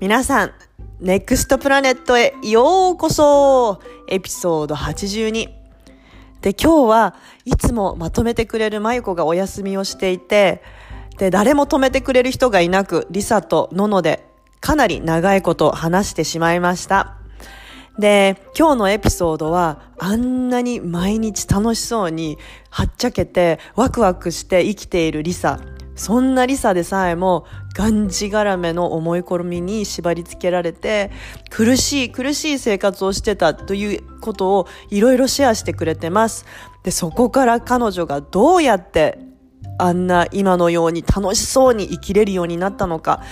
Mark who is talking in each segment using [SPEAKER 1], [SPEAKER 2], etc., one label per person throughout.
[SPEAKER 1] 皆さん、ネクストプラネットへようこそエピソード82。で、今日はいつもまとめてくれるまゆこがお休みをしていて、で、誰も止めてくれる人がいなく、りさとのので、かなり長いこと話してしまいました。で、今日のエピソードは、あんなに毎日楽しそうに、はっちゃけて、ワクワクして生きているリサ。そんなリサでさえも、がんじがらめの思い込みに縛り付けられて、苦しい苦しい生活をしてたということをいろいろシェアしてくれてます。で、そこから彼女がどうやって、あんな今のように楽しそうに生きれるようになったのか、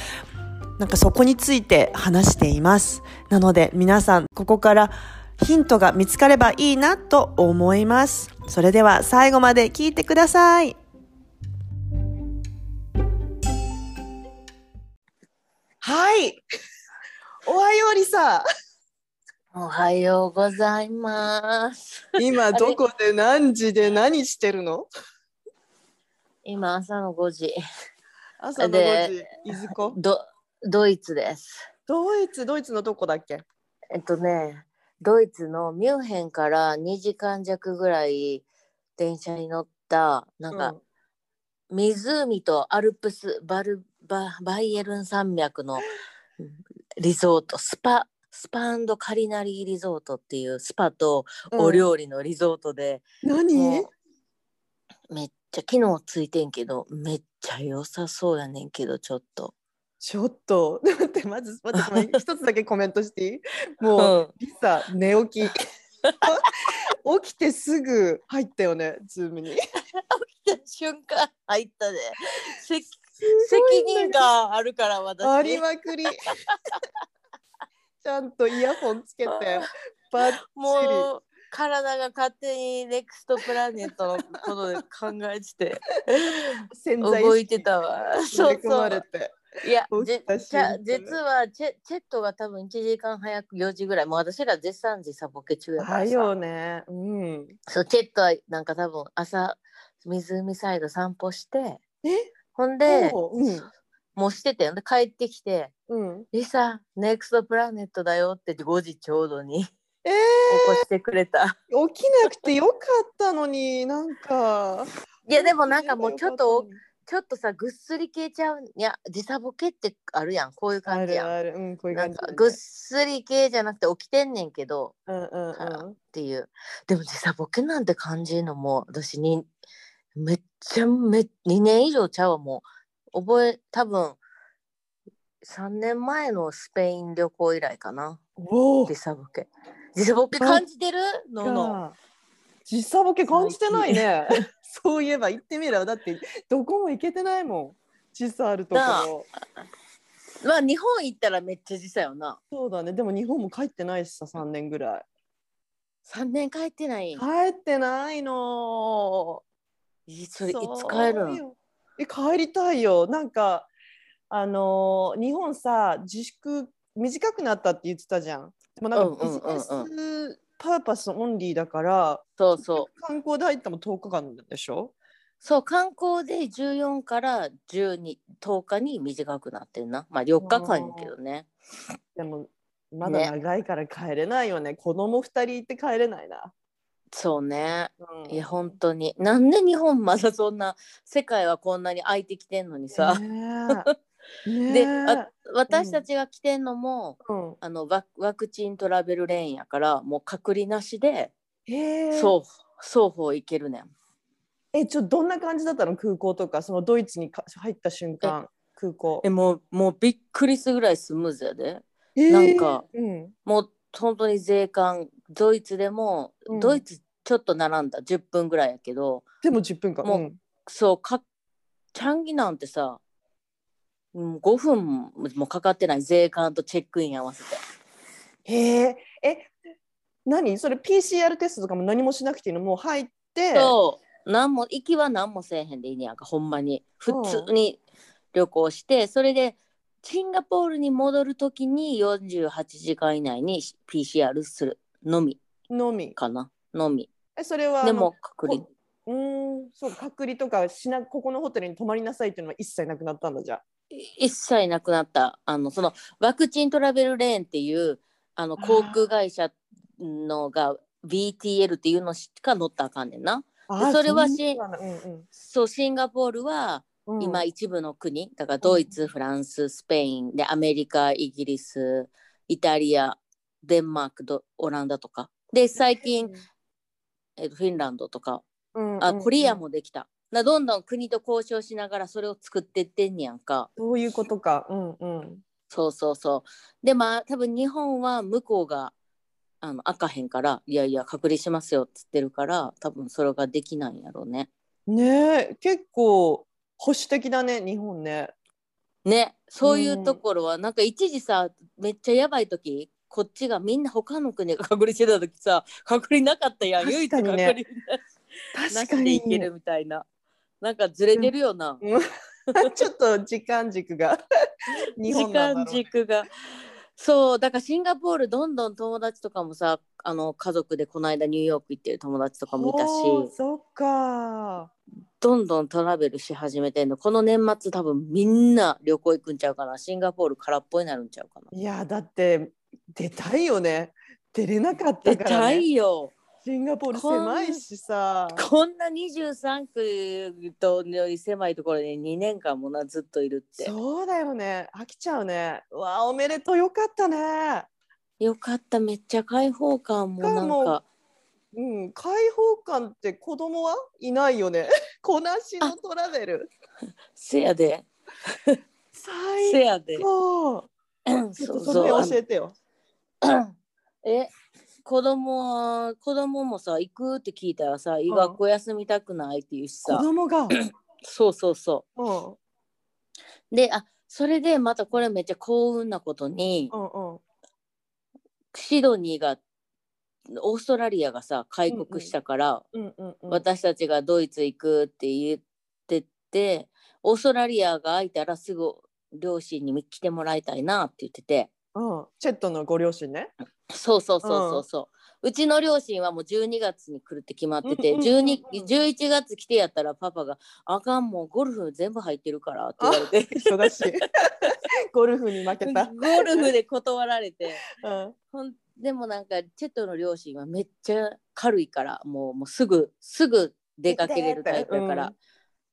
[SPEAKER 1] なんかそこについて話しています。なので皆さん、ここからヒントが見つかればいいなと思います。それでは最後まで聞いてください。はい。おはようりさ。
[SPEAKER 2] おはようございます。
[SPEAKER 1] 今どこで何時で何してるの
[SPEAKER 2] 今朝の5時、
[SPEAKER 1] 朝の5時。いずこ。
[SPEAKER 2] どドイツです。
[SPEAKER 1] ドイツ、ドイツのどこだっけ
[SPEAKER 2] えっとね、ドイツのミュンヘンから2時間弱ぐらい電車に乗った、なんか、湖とアルプスバルババイエルン山脈のリゾート、スパ、スパカリナリーリゾートっていうスパと
[SPEAKER 1] うん
[SPEAKER 2] お料理のリゾートで、
[SPEAKER 1] 何
[SPEAKER 2] もうめっちゃ機能ついてんけどめっちゃ良さそうやねんけどちょっと
[SPEAKER 1] ちょっと、 待って、まず、待って、 一つだけコメントしていいもう、
[SPEAKER 2] うん
[SPEAKER 1] リサ寝起き 起きてすぐ入ったよねズームに
[SPEAKER 2] 瞬間入ったで責
[SPEAKER 1] ごい
[SPEAKER 2] 責
[SPEAKER 1] んだけど
[SPEAKER 2] 任があるから私
[SPEAKER 1] ありまくりちゃんとイヤホン つけてバッチ
[SPEAKER 2] もう体が勝手にネクストプラネットのことで考えてて
[SPEAKER 1] リ潜在
[SPEAKER 2] 動いてたわ
[SPEAKER 1] 埋
[SPEAKER 2] そう
[SPEAKER 1] め込
[SPEAKER 2] そ
[SPEAKER 1] まれ
[SPEAKER 2] う
[SPEAKER 1] て
[SPEAKER 2] いや
[SPEAKER 1] 起
[SPEAKER 2] じ
[SPEAKER 1] きた
[SPEAKER 2] じゃ
[SPEAKER 1] 瞬間
[SPEAKER 2] 実はチェチェットが多分1時間早く4時ぐらいもう私ら絶賛時サボケ中やから
[SPEAKER 1] だ
[SPEAKER 2] さ
[SPEAKER 1] よねうん
[SPEAKER 2] そうチェットはなんか多分朝湖サイド散歩して
[SPEAKER 1] え
[SPEAKER 2] ほんで
[SPEAKER 1] ほううん
[SPEAKER 2] もうしててんで帰ってきて
[SPEAKER 1] うん
[SPEAKER 2] 「リサネクストプラネットだよ」って5時ちょうどに起
[SPEAKER 1] え
[SPEAKER 2] こしてくれた、
[SPEAKER 1] ー、起きなくてよかったのになんか
[SPEAKER 2] いやでもなんかもうちょっと
[SPEAKER 1] 起き
[SPEAKER 2] ちょっとさぐっすり消えちゃういや時差ボケってあるやんこういう
[SPEAKER 1] あ
[SPEAKER 2] 感じ
[SPEAKER 1] る
[SPEAKER 2] やん
[SPEAKER 1] あるうんこういう
[SPEAKER 2] な
[SPEAKER 1] 感
[SPEAKER 2] ん
[SPEAKER 1] じ
[SPEAKER 2] かぐっすり系じゃなくて起きてんねんけど
[SPEAKER 1] うんうん
[SPEAKER 2] から
[SPEAKER 1] うん
[SPEAKER 2] っていうでも時差ボケなんて感じるのも私にめっちゃめ2年以上ちゃうわもう覚え多分3年前のスペイン旅行以来かな
[SPEAKER 1] おお
[SPEAKER 2] 時差ボケ時差ボケ感じてるのの
[SPEAKER 1] か時差ボケ感じてないねそういえば行ってみればだってどこも行けてないもん時差あるとこ
[SPEAKER 2] なあ
[SPEAKER 1] ろ
[SPEAKER 2] まあ日本行ったらめっちゃ時差よな
[SPEAKER 1] そうだねでも日本も帰ってないしさ3年ぐらい
[SPEAKER 2] 3年帰ってない
[SPEAKER 1] 帰ってないの
[SPEAKER 2] いそれいつ帰る
[SPEAKER 1] そう
[SPEAKER 2] ん
[SPEAKER 1] よえ帰りたいよなんかあのー日本さ自粛短くなったって言ってたじゃんでもなんか
[SPEAKER 2] う
[SPEAKER 1] ビ
[SPEAKER 2] んうん
[SPEAKER 1] ジ
[SPEAKER 2] うんうん
[SPEAKER 1] ネスパーパスオンリーだから
[SPEAKER 2] そうそう
[SPEAKER 1] 観光で入っても10日間でしょ
[SPEAKER 2] そう観光で14から12 10日に短くなってるなまあ4日間やけどね
[SPEAKER 1] でもまだ長いから帰れないよね子供二人いて帰れないな、
[SPEAKER 2] そうね
[SPEAKER 1] うん
[SPEAKER 2] いや本当になんで日本まだそんな世界はこんなに空いてきてんのにさ、
[SPEAKER 1] ね えねえ
[SPEAKER 2] であ 私たちが来てんのも、
[SPEAKER 1] うん、
[SPEAKER 2] あのワワクチントラベルレーンやからもう隔離なしで
[SPEAKER 1] へえ
[SPEAKER 2] 双双方行けるねん
[SPEAKER 1] えちょどんな感じだったの空港とかそのドイツにか入った瞬間空港
[SPEAKER 2] えもうもうびっくりするぐらいスムーズやで
[SPEAKER 1] え
[SPEAKER 2] なんか、
[SPEAKER 1] うん、
[SPEAKER 2] もう本当に税関ドイツでも、
[SPEAKER 1] うん
[SPEAKER 2] ドイツちょっと並んだ10分ぐらいやけど
[SPEAKER 1] でも10分間
[SPEAKER 2] もうんそうかチャンギなんてさうん5分もかかってない税関とチェックイン合わせて
[SPEAKER 1] へええ何それ PCR テストとかも何もしなくていいのもう入って
[SPEAKER 2] そうなんも行きは何もせえへんでいいねやんかほんまに普通に旅行してそれでシンガポールに戻るときに48時間以内に PCR するのみ
[SPEAKER 1] のみ
[SPEAKER 2] かなのみ
[SPEAKER 1] えそれは
[SPEAKER 2] で
[SPEAKER 1] あの
[SPEAKER 2] も隔離
[SPEAKER 1] こうーんそう隔離とかしなここのホテルに泊まりなさいっていうのは一切なくなったんだじゃあ
[SPEAKER 2] 一切なくなったあのそのワクチントラベルレーンっていうあの航空会社のが BTL っていうのしか乗ったらあかんねんな。
[SPEAKER 1] あー
[SPEAKER 2] それは
[SPEAKER 1] う
[SPEAKER 2] し
[SPEAKER 1] なんだうん
[SPEAKER 2] そうシンガポールは
[SPEAKER 1] うんうん
[SPEAKER 2] 今一部の国、だからドイツ、フランススペインでアメリカイギリスイタリアデンマークドオランダとかで最近、、えっとフィンランドとか
[SPEAKER 1] うん
[SPEAKER 2] あコリア。
[SPEAKER 1] うんうん
[SPEAKER 2] もできた。などんどん国と交渉しながらそれを作ってってんねやんか。
[SPEAKER 1] そういうことか。うんうん。
[SPEAKER 2] そうそうそう。でまあ多分日本は向こうがあの開かへんからいやいや隔離しますよっつってるから多分それができないんやろうね。
[SPEAKER 1] ねえ結構保守的だね日本ね。
[SPEAKER 2] ねそういうところは、なんか一時さめっちゃやばい時こっちがみんな他の国が隔離してた時さ隔離なかったやん、唯
[SPEAKER 1] 確
[SPEAKER 2] 一
[SPEAKER 1] かに
[SPEAKER 2] 隔離
[SPEAKER 1] ね
[SPEAKER 2] な
[SPEAKER 1] 確
[SPEAKER 2] く
[SPEAKER 1] か
[SPEAKER 2] て
[SPEAKER 1] に
[SPEAKER 2] いけるみたいな。なんかずれてるよな。
[SPEAKER 1] うん ちょっと時間軸 が日
[SPEAKER 2] 時
[SPEAKER 1] 本なんだ
[SPEAKER 2] 間
[SPEAKER 1] ろうね
[SPEAKER 2] 軸がそうだからシンガポールどんどん友達とかもさあの家族でこの間ニューヨーク行ってる友達とかもいたし
[SPEAKER 1] おーそっか。
[SPEAKER 2] どんどんトラベルし始めてんのこの年末多分みんな旅行行くんちゃうかなシンガポール空っぽになるんちゃうかない
[SPEAKER 1] やだって出たいよね。出れなかった
[SPEAKER 2] 出
[SPEAKER 1] から、ね。
[SPEAKER 2] たいよ
[SPEAKER 1] シンガポール狭いしさ。
[SPEAKER 2] こんな23区とより狭いところに2年間もなずっといるって
[SPEAKER 1] そうだよね。飽きちゃうね。うわあおめでとうよかったね。
[SPEAKER 2] よかっためっちゃ開放感もなん
[SPEAKER 1] もう
[SPEAKER 2] か
[SPEAKER 1] うん、開放感って子供はいないよね。 こなしのトラベル。
[SPEAKER 2] せやでせ
[SPEAKER 1] 最
[SPEAKER 2] やで
[SPEAKER 1] 高。ちょっとその辺教えてよ。
[SPEAKER 2] え子供は子供もさ行くって聞いたらさ、いい学校休みたくないって言うし
[SPEAKER 1] 子
[SPEAKER 2] さ
[SPEAKER 1] 供が。
[SPEAKER 2] そうそうそ
[SPEAKER 1] うん
[SPEAKER 2] うであそれでまたこれめっちゃ幸運なことに
[SPEAKER 1] うんうん。
[SPEAKER 2] シドニーがオーストラリアがさ開国したから、
[SPEAKER 1] うんうんうん。
[SPEAKER 2] 私たちがドイツ行くって言っててオーストラリアが空いたらすぐ両親に来てもらいたいなって言ってて
[SPEAKER 1] うん、チェットのご両親ね。
[SPEAKER 2] そうそうそうそうそう。うちの両親はもう12月に来るって決まってて、
[SPEAKER 1] うんうんうんうん
[SPEAKER 2] 12 11月来てやったらパパが「あかんもうゴルフ全部入ってるから」って言わ れて
[SPEAKER 1] 忙しい。ゴルフに負けた。
[SPEAKER 2] ゴルフで断られて
[SPEAKER 1] うん。
[SPEAKER 2] ほんでもなんかチェットの両親はめっちゃ軽いからもうもうすぐすぐ出かけれるタイプやから、
[SPEAKER 1] うん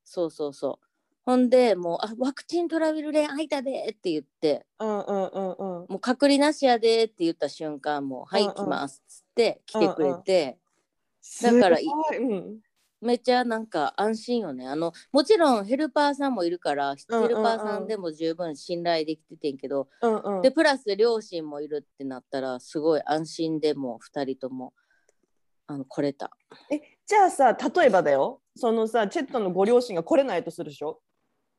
[SPEAKER 2] そうそうそうほんでもうあ「ワクチントラベルレーン空いたで」って言って
[SPEAKER 1] うんうんうんうん。
[SPEAKER 2] もう隔離なしやでって言った瞬間もう「はい
[SPEAKER 1] うんうん
[SPEAKER 2] 来ます」っつって来てくれて。
[SPEAKER 1] だ
[SPEAKER 2] から
[SPEAKER 1] いうん。
[SPEAKER 2] めっちゃなんか安心よねあのもちろんヘルパーさんもいるからヘ
[SPEAKER 1] うんうん
[SPEAKER 2] ルパーさんでも十分信頼できててんけど、
[SPEAKER 1] うんうん。
[SPEAKER 2] でプラス両親もいるってなったらすごい安心でもう2人ともあの来れた
[SPEAKER 1] えじゃあさ例えばだよそのさチェットのご両親が来れないとするでしょ、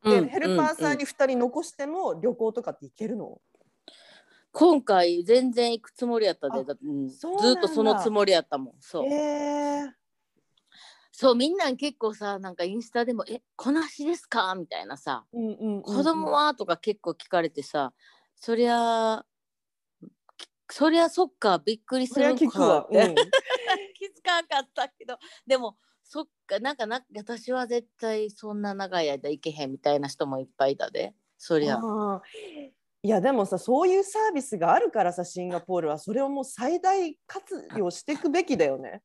[SPEAKER 2] うん
[SPEAKER 1] でヘルパーさん
[SPEAKER 2] うんうん
[SPEAKER 1] に2人残しても旅行とかって行けるの、
[SPEAKER 2] 今回全然行くつもりやったで
[SPEAKER 1] あ
[SPEAKER 2] だうんず
[SPEAKER 1] そうなんだ
[SPEAKER 2] っとそのつもりやったもんそう、
[SPEAKER 1] え
[SPEAKER 2] そうみんな結構さなんかインスタでも「えこなしですか?」みたいなさ
[SPEAKER 1] うんうんうんうん
[SPEAKER 2] 子供はとか結構聞かれてさ、そりゃあそりゃそっかびっくりす
[SPEAKER 1] それ
[SPEAKER 2] る
[SPEAKER 1] は
[SPEAKER 2] の
[SPEAKER 1] 聞
[SPEAKER 2] か
[SPEAKER 1] くわ、
[SPEAKER 2] って
[SPEAKER 1] うん、
[SPEAKER 2] 気づかなかったけどでもそっかなんかな私は絶対そんな長い間行けへんみたいな人もいっぱいいたでそりゃ
[SPEAKER 1] あーいやでもさそういうサービスがあるからさシンガポールはそれをもう最大活用していくべきだよね。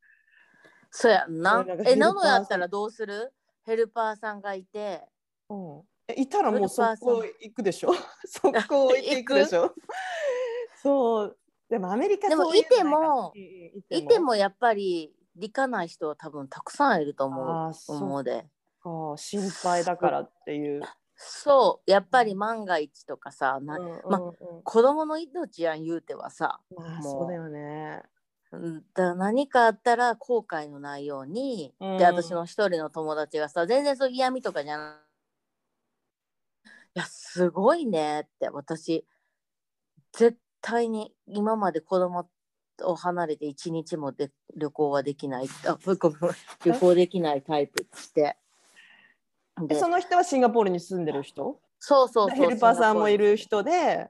[SPEAKER 2] そうやんな
[SPEAKER 1] それなんかヘ
[SPEAKER 2] え
[SPEAKER 1] ルパーさん
[SPEAKER 2] なのやったらどうするヘルパーさんがいて
[SPEAKER 1] うん、えいたらもう速攻行くで しょ速攻行っていくでしょそうでもアメリカ
[SPEAKER 2] でも
[SPEAKER 1] そううの
[SPEAKER 2] いて
[SPEAKER 1] な
[SPEAKER 2] も
[SPEAKER 1] いからうんうん
[SPEAKER 2] いてもやっぱり行かない人は多分たくさんいると思う
[SPEAKER 1] あーそっ
[SPEAKER 2] 思うで
[SPEAKER 1] か心配だからっていう。
[SPEAKER 2] そうやっぱり万が一とかさ なま
[SPEAKER 1] うんうん
[SPEAKER 2] 子供の命やん言うてはさ
[SPEAKER 1] うんまあ
[SPEAKER 2] もう
[SPEAKER 1] そうだよね。
[SPEAKER 2] うんだから何かあったら後悔のないように、
[SPEAKER 1] うん
[SPEAKER 2] で私の一人の友達がさ全然そう嫌味とかじゃないいやすごいねって私絶対に今まで子供を離れて一日もで旅行はできないあごめんごめ んごめん旅行できないタイプっつって
[SPEAKER 1] え
[SPEAKER 2] で
[SPEAKER 1] その人はシンガポールに住んでる人
[SPEAKER 2] そうそうそう
[SPEAKER 1] ヘルパーさんもい
[SPEAKER 2] そ
[SPEAKER 1] る
[SPEAKER 2] の子
[SPEAKER 1] 人で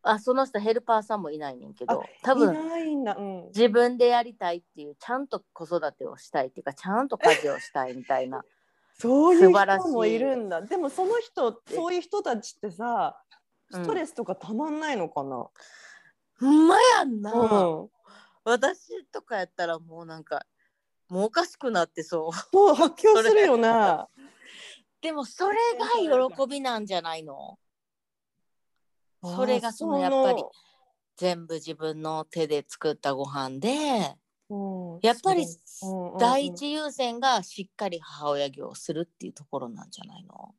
[SPEAKER 2] あその人ヘルパーさんもいないねんけど多
[SPEAKER 1] い
[SPEAKER 2] 分
[SPEAKER 1] ないんだ。うん、
[SPEAKER 2] 自分でやりたいっていうちゃんと子育てをしたいっていうかちゃんと家事をしたいみたいな
[SPEAKER 1] そういう
[SPEAKER 2] 素晴らしい
[SPEAKER 1] 人もいるんだ。でもその人、そういう人たちってさ、
[SPEAKER 2] うん
[SPEAKER 1] ストレスとかたまんないのかな。
[SPEAKER 2] ほんまやんな、
[SPEAKER 1] うん。
[SPEAKER 2] 私とかやったらもうなんかもうおかしくなってそう
[SPEAKER 1] そう発狂するよね。
[SPEAKER 2] でもそれが喜びなんじゃないのそれがそのやっぱり全部自分の手で作ったご飯で
[SPEAKER 1] うん
[SPEAKER 2] やっぱり
[SPEAKER 1] そううんうんうん
[SPEAKER 2] 第一優先がしっかり母親業をするっていうところなんじゃないの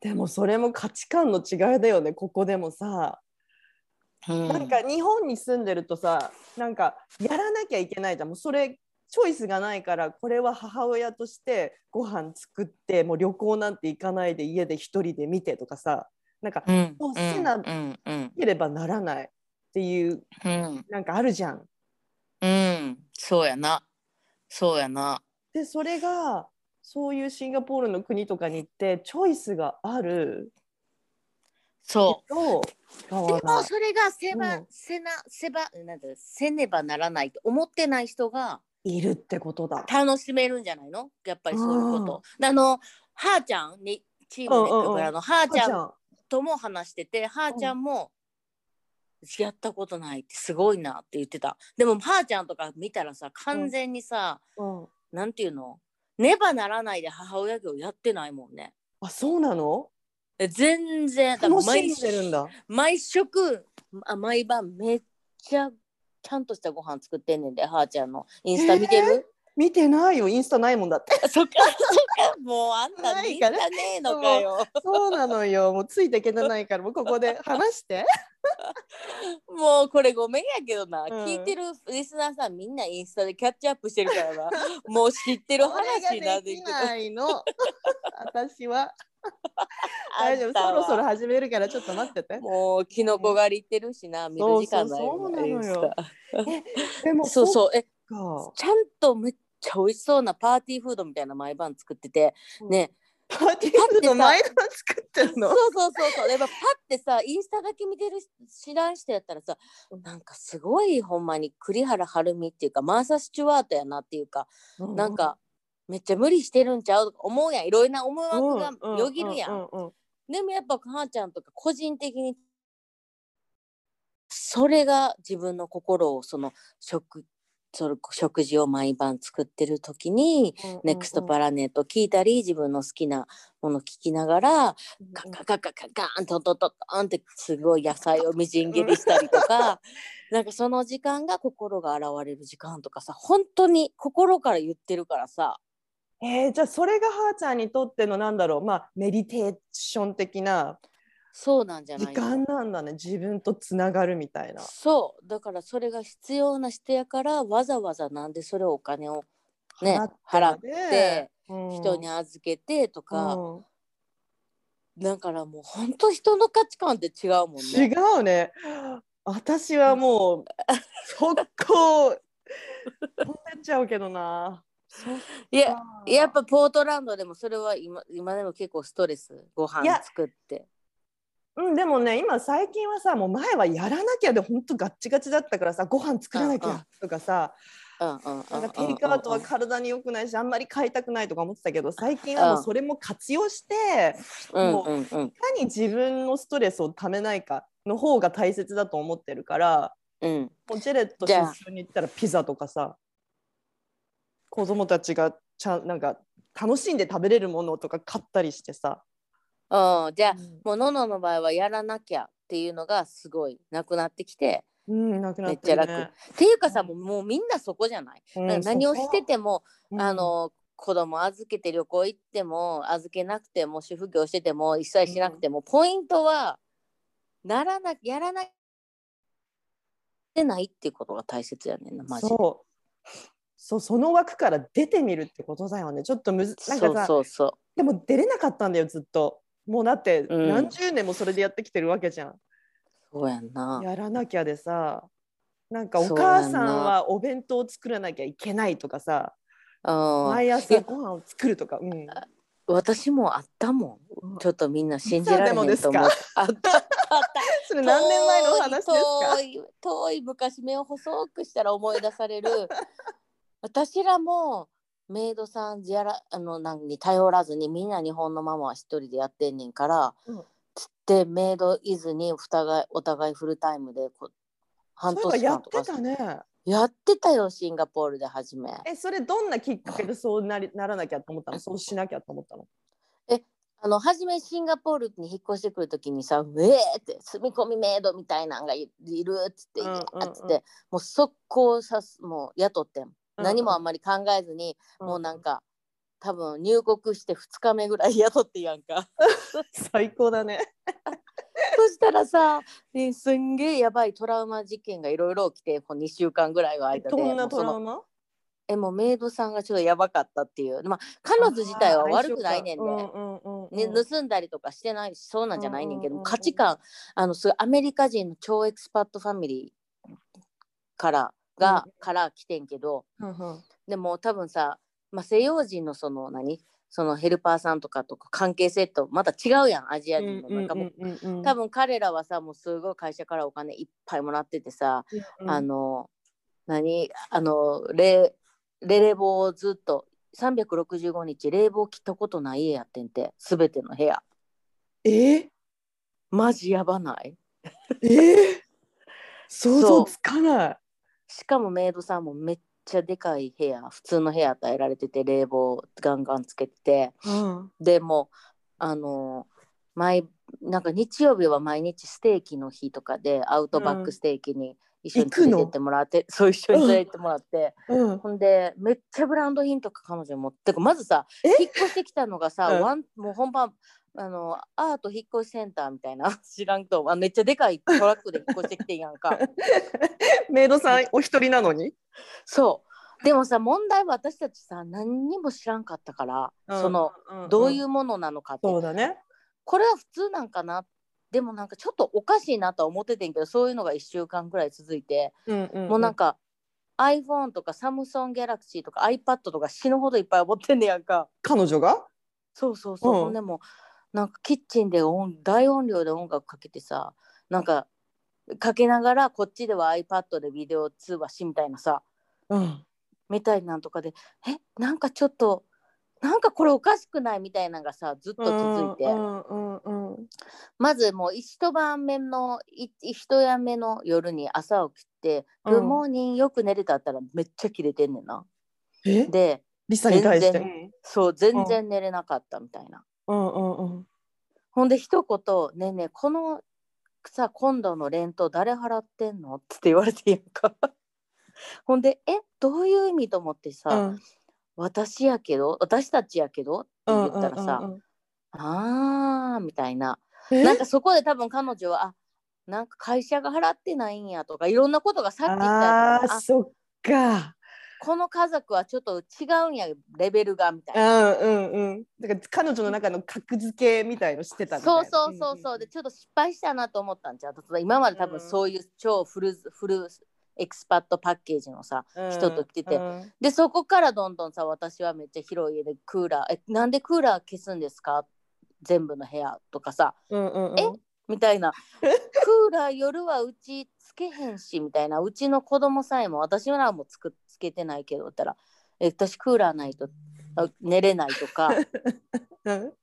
[SPEAKER 1] でもそれも価値観の違いだよねここでもさ、
[SPEAKER 2] うん
[SPEAKER 1] なんか日本に住んでるとさなんかやらなきゃいけないじゃんもうそれチョイスがないからこれは母親としてご飯作ってもう旅行なんて行かないで家で一人で見てとかさなんか
[SPEAKER 2] うん
[SPEAKER 1] もう好きな
[SPEAKER 2] うんうん
[SPEAKER 1] いればならないっていう
[SPEAKER 2] うん
[SPEAKER 1] なんかあるじゃん。
[SPEAKER 2] うんそうやなそうやな
[SPEAKER 1] でそれがそういうシンガポールの国とかに行ってチョイスがあるけ
[SPEAKER 2] そう
[SPEAKER 1] ど使
[SPEAKER 2] で
[SPEAKER 1] わな
[SPEAKER 2] も
[SPEAKER 1] い。
[SPEAKER 2] それがせば、
[SPEAKER 1] うん
[SPEAKER 2] せなせばなんだせねばならないと思ってない人が
[SPEAKER 1] いるってことだ。
[SPEAKER 2] 楽しめるんじゃないのやっぱりそういうこと。あのはーちゃんにチームネックブラのはーちゃん
[SPEAKER 1] ん
[SPEAKER 2] とも話しててはーちゃんも、やったことないってすごいなって言ってた。でもはーちゃんとか見たらさ完全にさ、
[SPEAKER 1] うん、
[SPEAKER 2] なんていうのねばならないで母親業やってないもんね。
[SPEAKER 1] あそうなの
[SPEAKER 2] え全然だから
[SPEAKER 1] 楽しんでるんだ。
[SPEAKER 2] 毎食あ毎晩めっちゃちゃんとしたご飯作ってんねんではーちゃんのインスタ見てる、
[SPEAKER 1] 見てないよインスタないもんだって。
[SPEAKER 2] そっ かそっかもうあんた
[SPEAKER 1] ない
[SPEAKER 2] インス
[SPEAKER 1] か
[SPEAKER 2] タ
[SPEAKER 1] ら
[SPEAKER 2] ねえのかよ
[SPEAKER 1] そうなのよもうついていけてないからもうここで話して。
[SPEAKER 2] もうこれごめんやけどな、
[SPEAKER 1] うん
[SPEAKER 2] 聞いてるリスナーさんみんなインスタでキャッチアップしてるか らなもう知ってる話にな
[SPEAKER 1] が
[SPEAKER 2] って
[SPEAKER 1] でき
[SPEAKER 2] くる
[SPEAKER 1] ないの私は。
[SPEAKER 2] あ
[SPEAKER 1] 大丈
[SPEAKER 2] ん
[SPEAKER 1] 夫
[SPEAKER 2] た
[SPEAKER 1] そろそろ
[SPEAKER 2] は
[SPEAKER 1] 始めるからちょっと待ってて。
[SPEAKER 2] もうキノコ狩り行ってるしな見る時間ない
[SPEAKER 1] そうそうそうなのよ
[SPEAKER 2] インスタ
[SPEAKER 1] でも
[SPEAKER 2] そうそうえ
[SPEAKER 1] そっ
[SPEAKER 2] ちゃんとめっちゃ美味しそうなパーティーフードみたいな毎晩作ってて
[SPEAKER 1] うん
[SPEAKER 2] ね
[SPEAKER 1] か。パーティーフード前の作ってるの
[SPEAKER 2] そう。そうそうそう。やっぱパってさ、インスタだけ見てる知らん人やったらさ、なんかすごいほんまに栗原はるみっていうか、マーサ・スチュワートやなっていうか、なんかめっちゃ無理してるんちゃうとか思うやん。いろいろな思
[SPEAKER 1] う
[SPEAKER 2] 惑
[SPEAKER 1] ん
[SPEAKER 2] がよぎるやん。
[SPEAKER 1] ううう
[SPEAKER 2] でもやっぱ母ちゃんとか個人的に、それが自分の心をその食、その食事を毎晩作ってる時に、ネクストパラネット聞いたり、自分の好きなもの聞きながら、カカカカカガーントントントントンってすごい野菜をみじん切りしたりとか なんかその時間が心が現れる時間とかさ本当に心から言ってるからさ
[SPEAKER 1] えー、じゃあそれがはーちゃんにとってのなんだろうまあメディテーション的な
[SPEAKER 2] そうなんじゃ
[SPEAKER 1] 時
[SPEAKER 2] ない
[SPEAKER 1] 間なんだね自分とつながるみたいな。
[SPEAKER 2] そうだからそれが必要な人やからわざわざなんでそれをお金をね
[SPEAKER 1] 払
[SPEAKER 2] 払
[SPEAKER 1] っ
[SPEAKER 2] ってて
[SPEAKER 1] うん
[SPEAKER 2] 人に預けてとか、
[SPEAKER 1] うん
[SPEAKER 2] だからもう本当人の価値観って違うもん
[SPEAKER 1] 違
[SPEAKER 2] ね。
[SPEAKER 1] うね私はもう速攻飛んでっちゃうけどない
[SPEAKER 2] ややっぱポートランドでもそれは今今でも結構ストレスご
[SPEAKER 1] いや
[SPEAKER 2] 飯作って。
[SPEAKER 1] うん、でもね今最近はさもう前はやらなきゃで本当ガッチガチだったからさご飯作らなき
[SPEAKER 2] うんうん
[SPEAKER 1] ゃとかさ、
[SPEAKER 2] うんうんうん
[SPEAKER 1] なんかテイクアウトは体に良くないしあんまり買いたくないとか思ってたけど最近はもうそれも活用して
[SPEAKER 2] うんうんうん
[SPEAKER 1] いかに自分のストレスをためないかの方が大切だと思ってるから
[SPEAKER 2] うん
[SPEAKER 1] もうジェレットと
[SPEAKER 2] じ
[SPEAKER 1] 一
[SPEAKER 2] ゃあ
[SPEAKER 1] 緒に行ったらピザとかさ子供たちがちゃんなんか楽しんで食べれるものとか買ったりしてさ。
[SPEAKER 2] うんじゃあもうののの場合はやらなきゃっていうのがすごいなくなってきて
[SPEAKER 1] うん、なくなってるね、
[SPEAKER 2] めっちゃ楽っていうかさもうもうみんなそこじゃない、
[SPEAKER 1] うん
[SPEAKER 2] なんか何をして、ても、
[SPEAKER 1] そこ
[SPEAKER 2] あ、の子供預けて旅行行っても預けなくても主婦業してても一切しなくても、ポイントはならなやらなってないっていうことが大切やねんな
[SPEAKER 1] うん
[SPEAKER 2] マジで
[SPEAKER 1] そうそうその枠から出てみるってことだよねちょっとむずなんかさ
[SPEAKER 2] そうそうそう
[SPEAKER 1] でも出れなかったんだよずっともうだって
[SPEAKER 2] うん
[SPEAKER 1] 何十年もそれでやってきてるわけじゃん、
[SPEAKER 2] そうやんな
[SPEAKER 1] やらなきゃでさなんかお
[SPEAKER 2] そうや
[SPEAKER 1] 母
[SPEAKER 2] んな
[SPEAKER 1] さんはお弁当を作らなきゃいけないとかさ
[SPEAKER 2] うん
[SPEAKER 1] 毎
[SPEAKER 2] い
[SPEAKER 1] 朝
[SPEAKER 2] や
[SPEAKER 1] ご飯を作るとか、うん、
[SPEAKER 2] 私もあったも
[SPEAKER 1] うん
[SPEAKER 2] ん。ちょっとみんな信じられへんと思う。
[SPEAKER 1] そうでも
[SPEAKER 2] あ
[SPEAKER 1] で
[SPEAKER 2] ったあったあった。
[SPEAKER 1] それ何年前のお話ですか
[SPEAKER 2] 遠い遠い 遠い昔目を細くしたら思い出される。私らもメイドさんやらあのなんに頼らずにみんな日本のママは一人でやってんねんから、
[SPEAKER 3] うん
[SPEAKER 2] つってメイドいずにふたがお互いフルタイムでこ半
[SPEAKER 3] そういえ
[SPEAKER 2] 年
[SPEAKER 3] ばや
[SPEAKER 2] 間
[SPEAKER 3] っ
[SPEAKER 2] とか
[SPEAKER 3] てたね。
[SPEAKER 2] やってたよシンガポールで初め
[SPEAKER 3] え、それどんなきっかけでそうなりならなきゃと思ったのそうしなきゃと思ったの
[SPEAKER 2] あの初めシンガポールに引っ越してくる時にさ「うえー!」って「住み込みメイドみたいなんがいいる」っつって「
[SPEAKER 3] うんうんうん
[SPEAKER 2] いやっつってもう速攻さすもう雇ってん何もあ
[SPEAKER 3] ん
[SPEAKER 2] んまり考えずに、もうなん
[SPEAKER 3] か。
[SPEAKER 2] か多分入国して2日目ぐらい雇ってやんか
[SPEAKER 3] 最高だね。
[SPEAKER 2] そしたらさ、ね、すんげえやばいトラウマ事件がいろいろ起きてこう2週間ぐらいは間で
[SPEAKER 3] どん
[SPEAKER 2] も
[SPEAKER 3] な
[SPEAKER 2] うそ
[SPEAKER 3] トラウ
[SPEAKER 2] の
[SPEAKER 3] マ
[SPEAKER 2] えもうメイドさんがちょっとやばかったっていうまあ彼女自体は悪くないねんで、
[SPEAKER 3] あー相性かうんうんうんうん
[SPEAKER 2] ね、盗んだりとかしてないしそうなんじゃないねんけど、
[SPEAKER 3] うんうんうん
[SPEAKER 2] 価値観あのすごいアメリカ人の超エクスパットファミリーからが、から来てんけど
[SPEAKER 3] うんうん
[SPEAKER 2] でも多分さ、まあ、西洋人のその何そのヘルパーさんとかとか関係性とまた違うやんアジア人のなんかも、う
[SPEAKER 3] うんうんうんうん
[SPEAKER 2] 多分彼らはさもうすごい会社からお金いっぱいもらっててさ、
[SPEAKER 3] うん
[SPEAKER 2] あの何あの冷冷房をずっと365日冷房切ったことない家やってんて全ての部屋。
[SPEAKER 3] え
[SPEAKER 2] マジやばない
[SPEAKER 3] えー想像つかない。
[SPEAKER 2] しかもメイドさんもめっちゃでかい部屋普通の部屋与えられてて冷房ガンガンつけてて
[SPEAKER 3] うん
[SPEAKER 2] でもあの毎なんか日曜日は毎日ステーキの日とかでアウトバックステーキに一緒に連れてってもらって、そう一緒に連れてってもらって、
[SPEAKER 3] うん
[SPEAKER 2] ほんでめっちゃブランド品とか彼女持ってくまずさ
[SPEAKER 3] え
[SPEAKER 2] 引っ越してきたのがさ、
[SPEAKER 3] うん
[SPEAKER 2] ワンもう本番あのアート引っ越しセンターみたいな知らんとあめっちゃでかいトラックで引っ越してきてんやんか。
[SPEAKER 3] メイドさんお一人なのに
[SPEAKER 2] そうでもさ問題は私たちさ何にも知らんかったから、そのどういううものなのかって、
[SPEAKER 3] そうだね。
[SPEAKER 2] これは普通なんかなでもなんかちょっとおかしいなとは思っててんけどそういうのが1週間ぐらい続いて、も
[SPEAKER 3] も
[SPEAKER 2] うなんか iPhone とか SamsungGalaxy とか iPad とか死ぬほどいっぱい持ってんねやんか
[SPEAKER 3] 彼女が
[SPEAKER 2] そうそうそう、
[SPEAKER 3] うん
[SPEAKER 2] ほんでもなんかキッチンで音大音量で音楽かけてさなんかかけながらこっちでは iPad でビデオ通話しみたいなさ
[SPEAKER 3] うん
[SPEAKER 2] みたいなんとかでえなんかちょっとなんかこれおかしくないみたいなのがさずっと続いて、
[SPEAKER 3] うんうんうんうん
[SPEAKER 2] まずもう一晩目のい一夜目の夜に朝起きて「
[SPEAKER 3] うん
[SPEAKER 2] グッモーニングよく寝れた」ったらめっちゃキレてんねんな。
[SPEAKER 3] え
[SPEAKER 2] で
[SPEAKER 3] リサに対し
[SPEAKER 2] 全
[SPEAKER 3] て。
[SPEAKER 2] そう全然寝れなかったみたいな。
[SPEAKER 3] うんうんうん。
[SPEAKER 2] ほんで一言「ねえねえこのさ今度のレント誰払ってんの?」って言われてんやんか。 ほんで「えどういう意味?」と思ってさ、
[SPEAKER 3] うん
[SPEAKER 2] 私やけど私たちやけどって言ったらさ、
[SPEAKER 3] うんうんうん
[SPEAKER 2] あーみたいな
[SPEAKER 3] え
[SPEAKER 2] なんかそこで多分彼女はあなんか会社が払ってないんやとかいろんなことがさっき言った
[SPEAKER 3] あ
[SPEAKER 2] やつ
[SPEAKER 3] ー
[SPEAKER 2] あ
[SPEAKER 3] そっか。
[SPEAKER 2] この家族はちょっと違うんやレベルがみたいうな。
[SPEAKER 3] んうんうん。だから彼女の中の格付けみたいのしてたみたい
[SPEAKER 2] そう
[SPEAKER 3] な
[SPEAKER 2] そうそうそうでちょっと失敗したなと思ったんじゃうだから今まで多分そういう超フルフルエクスパットパッケージのさ人と来てて
[SPEAKER 3] うん
[SPEAKER 2] でそこからどんどんさ私はめっちゃ広い家でクーラーえなんでクーラー消すんですか全部の部屋とかさ
[SPEAKER 3] うんうんうん
[SPEAKER 2] えみたい なクーラー夜はうちつけへんしみたいなうちの子供さえも私らもつくつけてないけどって言ったらえ私クーラーないとあ寝れない とか
[SPEAKER 3] うん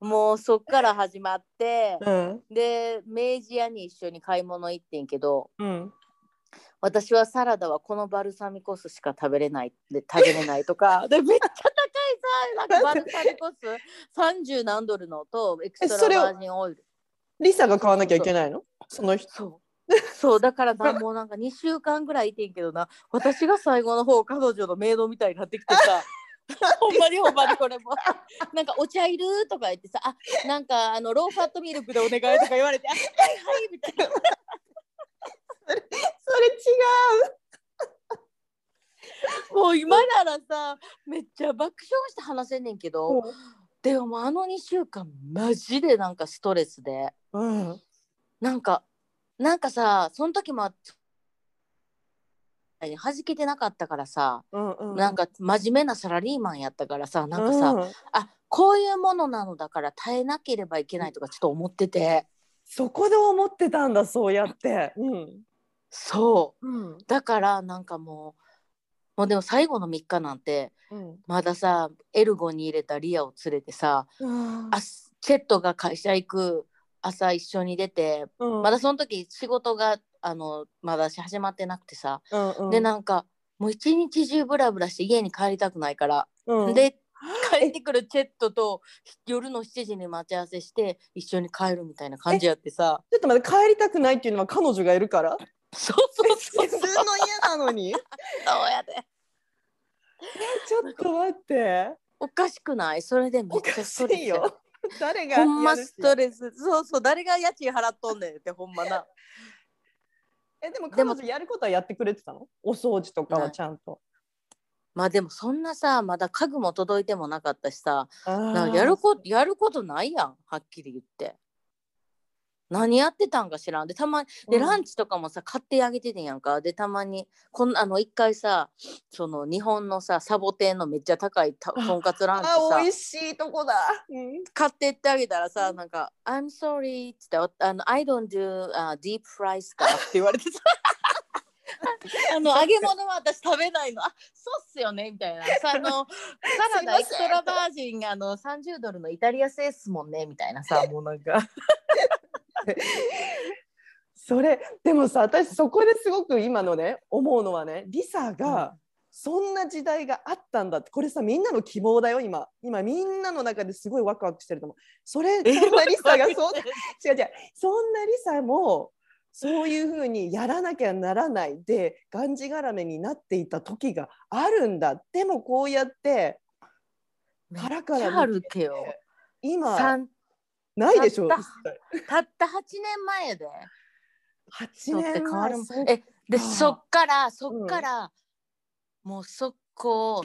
[SPEAKER 2] もうそっから始まって
[SPEAKER 3] うん
[SPEAKER 2] で明治屋に一緒に買い物行ってんけど
[SPEAKER 3] うん。
[SPEAKER 2] 私はサラダはこのバルサミコ酢しか食べれないで食べれないと かでめっちゃ高いさなんかバルサミコ酢30何ドルのとエクスト
[SPEAKER 3] それを
[SPEAKER 2] ラバージンオイル
[SPEAKER 3] リサが買わなきゃいけないのその人。
[SPEAKER 2] そう。そうだからなもうなんか2週間ぐらいいてんけどな私が最後の方彼女のメイドみたいになってきてさほんまにほんまにこれもなんか「お茶いる?」とか言ってさ「あなんかあのローファットミルクでお願い」とか言われて「あはいはい」みたいな
[SPEAKER 3] それ違
[SPEAKER 2] もう今ならさめっちゃ爆笑して話せんねんけど
[SPEAKER 3] う。
[SPEAKER 2] でもあの2週間マジでなんかストレスで
[SPEAKER 3] うん。
[SPEAKER 2] なんかなんかさその時も弾けてなかったからさ、
[SPEAKER 3] うんうん。
[SPEAKER 2] なんか真面目なサラリーマンやったからさなんかさ、
[SPEAKER 3] うん
[SPEAKER 2] あこういうものなのだから耐えなければいけないとかちょっと思ってて
[SPEAKER 3] そこで思ってたんだそうやって。うん。
[SPEAKER 2] そう
[SPEAKER 3] うん。
[SPEAKER 2] だからなんかももうでも最後の3日なんて
[SPEAKER 1] うん。
[SPEAKER 2] まださエルゴに入れたリアを連れてさあチェットが会社行く朝一緒に出て
[SPEAKER 1] うん
[SPEAKER 2] まだその時仕事があのまだ始まってなくてさ、
[SPEAKER 1] うんうん
[SPEAKER 2] でなんかもう一日中ブラブラして家に帰りたくないから、
[SPEAKER 1] うん
[SPEAKER 2] で帰ってくるチェットと夜の7時に待ち合わせして一緒に帰るみたいな感じやって さ
[SPEAKER 1] ちょっと待って帰りたくないっていうのは彼女がいるから
[SPEAKER 2] そうそうそう
[SPEAKER 1] 自
[SPEAKER 2] そう
[SPEAKER 1] 分の家なの に
[SPEAKER 2] やで
[SPEAKER 1] ちょっと待って
[SPEAKER 2] おかしくないそれでめ
[SPEAKER 1] お
[SPEAKER 2] っち
[SPEAKER 1] か
[SPEAKER 2] ゃ
[SPEAKER 1] し
[SPEAKER 2] ストレス
[SPEAKER 1] い
[SPEAKER 2] や
[SPEAKER 1] よ誰が
[SPEAKER 2] ほんま
[SPEAKER 1] やるし
[SPEAKER 2] ストレスそうそう誰が家賃払っとんねんってほん まな
[SPEAKER 1] えでも
[SPEAKER 2] で
[SPEAKER 1] 彼
[SPEAKER 2] も
[SPEAKER 1] 女やることはやってくれてたのお掃除とかはちゃんと
[SPEAKER 2] まあでもそんなさまだ家具も届いてもなかったしさな
[SPEAKER 1] あ
[SPEAKER 2] ん
[SPEAKER 1] ー
[SPEAKER 2] かやるこやることないやんはっきり言って何やってたんか知らんでたまでランチとかもさ買ってあげててんやんかでたまにこんあの一回さその日本のさサボテンのめっちゃ高いたとんかつランチ
[SPEAKER 1] あ美
[SPEAKER 2] さ
[SPEAKER 1] 味しいとこだ、うん
[SPEAKER 2] 買ってってあげたらさなんか「I'm sorry」っつって「あの I don't do、uh, deep fry stuff」って言われてさ あの揚げ物は私食べないのあそうっすよねみたいなさあ のサラダエクストラバージンがあの30ドルのイタリア製っすもんねみたいなさもうなんか
[SPEAKER 1] それでもさ私そこですごく今のね思うのはねリサ
[SPEAKER 2] う
[SPEAKER 1] がそんな時代があったんだってこれさみんなの希望だよ今今みんなの中ですごいワクワクしてると思うそれそんなリサがそん違 う違うそんなリサもそういうふうにやらなきゃならないでがんじがらめになっていた時があるんだでもこうやって腹から
[SPEAKER 2] めっちゃあるけよ
[SPEAKER 1] 今
[SPEAKER 2] 三
[SPEAKER 1] ないでしょ
[SPEAKER 2] たっ
[SPEAKER 1] 一切
[SPEAKER 2] たった8年前やで
[SPEAKER 1] 8
[SPEAKER 2] 人って
[SPEAKER 1] 年
[SPEAKER 2] 変わる
[SPEAKER 1] 前
[SPEAKER 2] も
[SPEAKER 1] そ
[SPEAKER 2] ん
[SPEAKER 1] う
[SPEAKER 2] えで
[SPEAKER 1] か
[SPEAKER 2] そっからそっから、もうそこ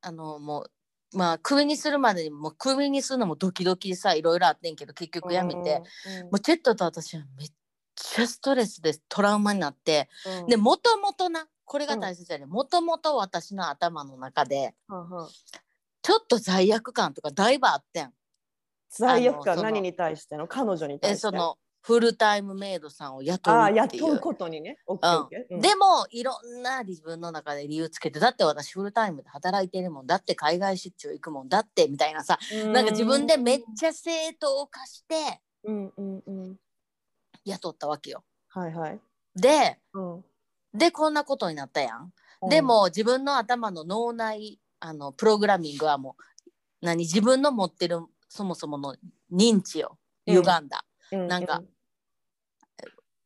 [SPEAKER 2] あのもうまあクビにするまでにもうクビにするのもドキドキでさいろいろあってんけど結局やめて、もうチェットと私はめっちゃストレスでトラウマになって、
[SPEAKER 1] うん
[SPEAKER 2] でもともとなこれが大切やねもともと私の頭の中で
[SPEAKER 1] うんうん
[SPEAKER 2] ちょっと罪悪感とかだいぶあってん
[SPEAKER 1] 罪悪
[SPEAKER 2] あの
[SPEAKER 1] 感
[SPEAKER 2] その
[SPEAKER 1] 何に対しての彼女に対し
[SPEAKER 2] え
[SPEAKER 1] て
[SPEAKER 2] そのフルタイムメイドさんを雇う
[SPEAKER 1] ああ
[SPEAKER 2] っていう
[SPEAKER 1] 雇うことにね、オッケーオッケーうん
[SPEAKER 2] でもいろんな自分の中で理由つけてだって私フルタイムで働いてるもんだって海外出張行くもんだってみたいなさなんか自分でめっちゃ正当化して
[SPEAKER 1] うんうんうん
[SPEAKER 2] 雇ったわけよ。
[SPEAKER 1] はいはい、
[SPEAKER 2] で
[SPEAKER 1] うん
[SPEAKER 2] でこんなことになったやん。でも自分の頭の脳内あのプログラミングはもう何自分の持ってるそもそもの認知を歪んだ。
[SPEAKER 1] う
[SPEAKER 2] なんか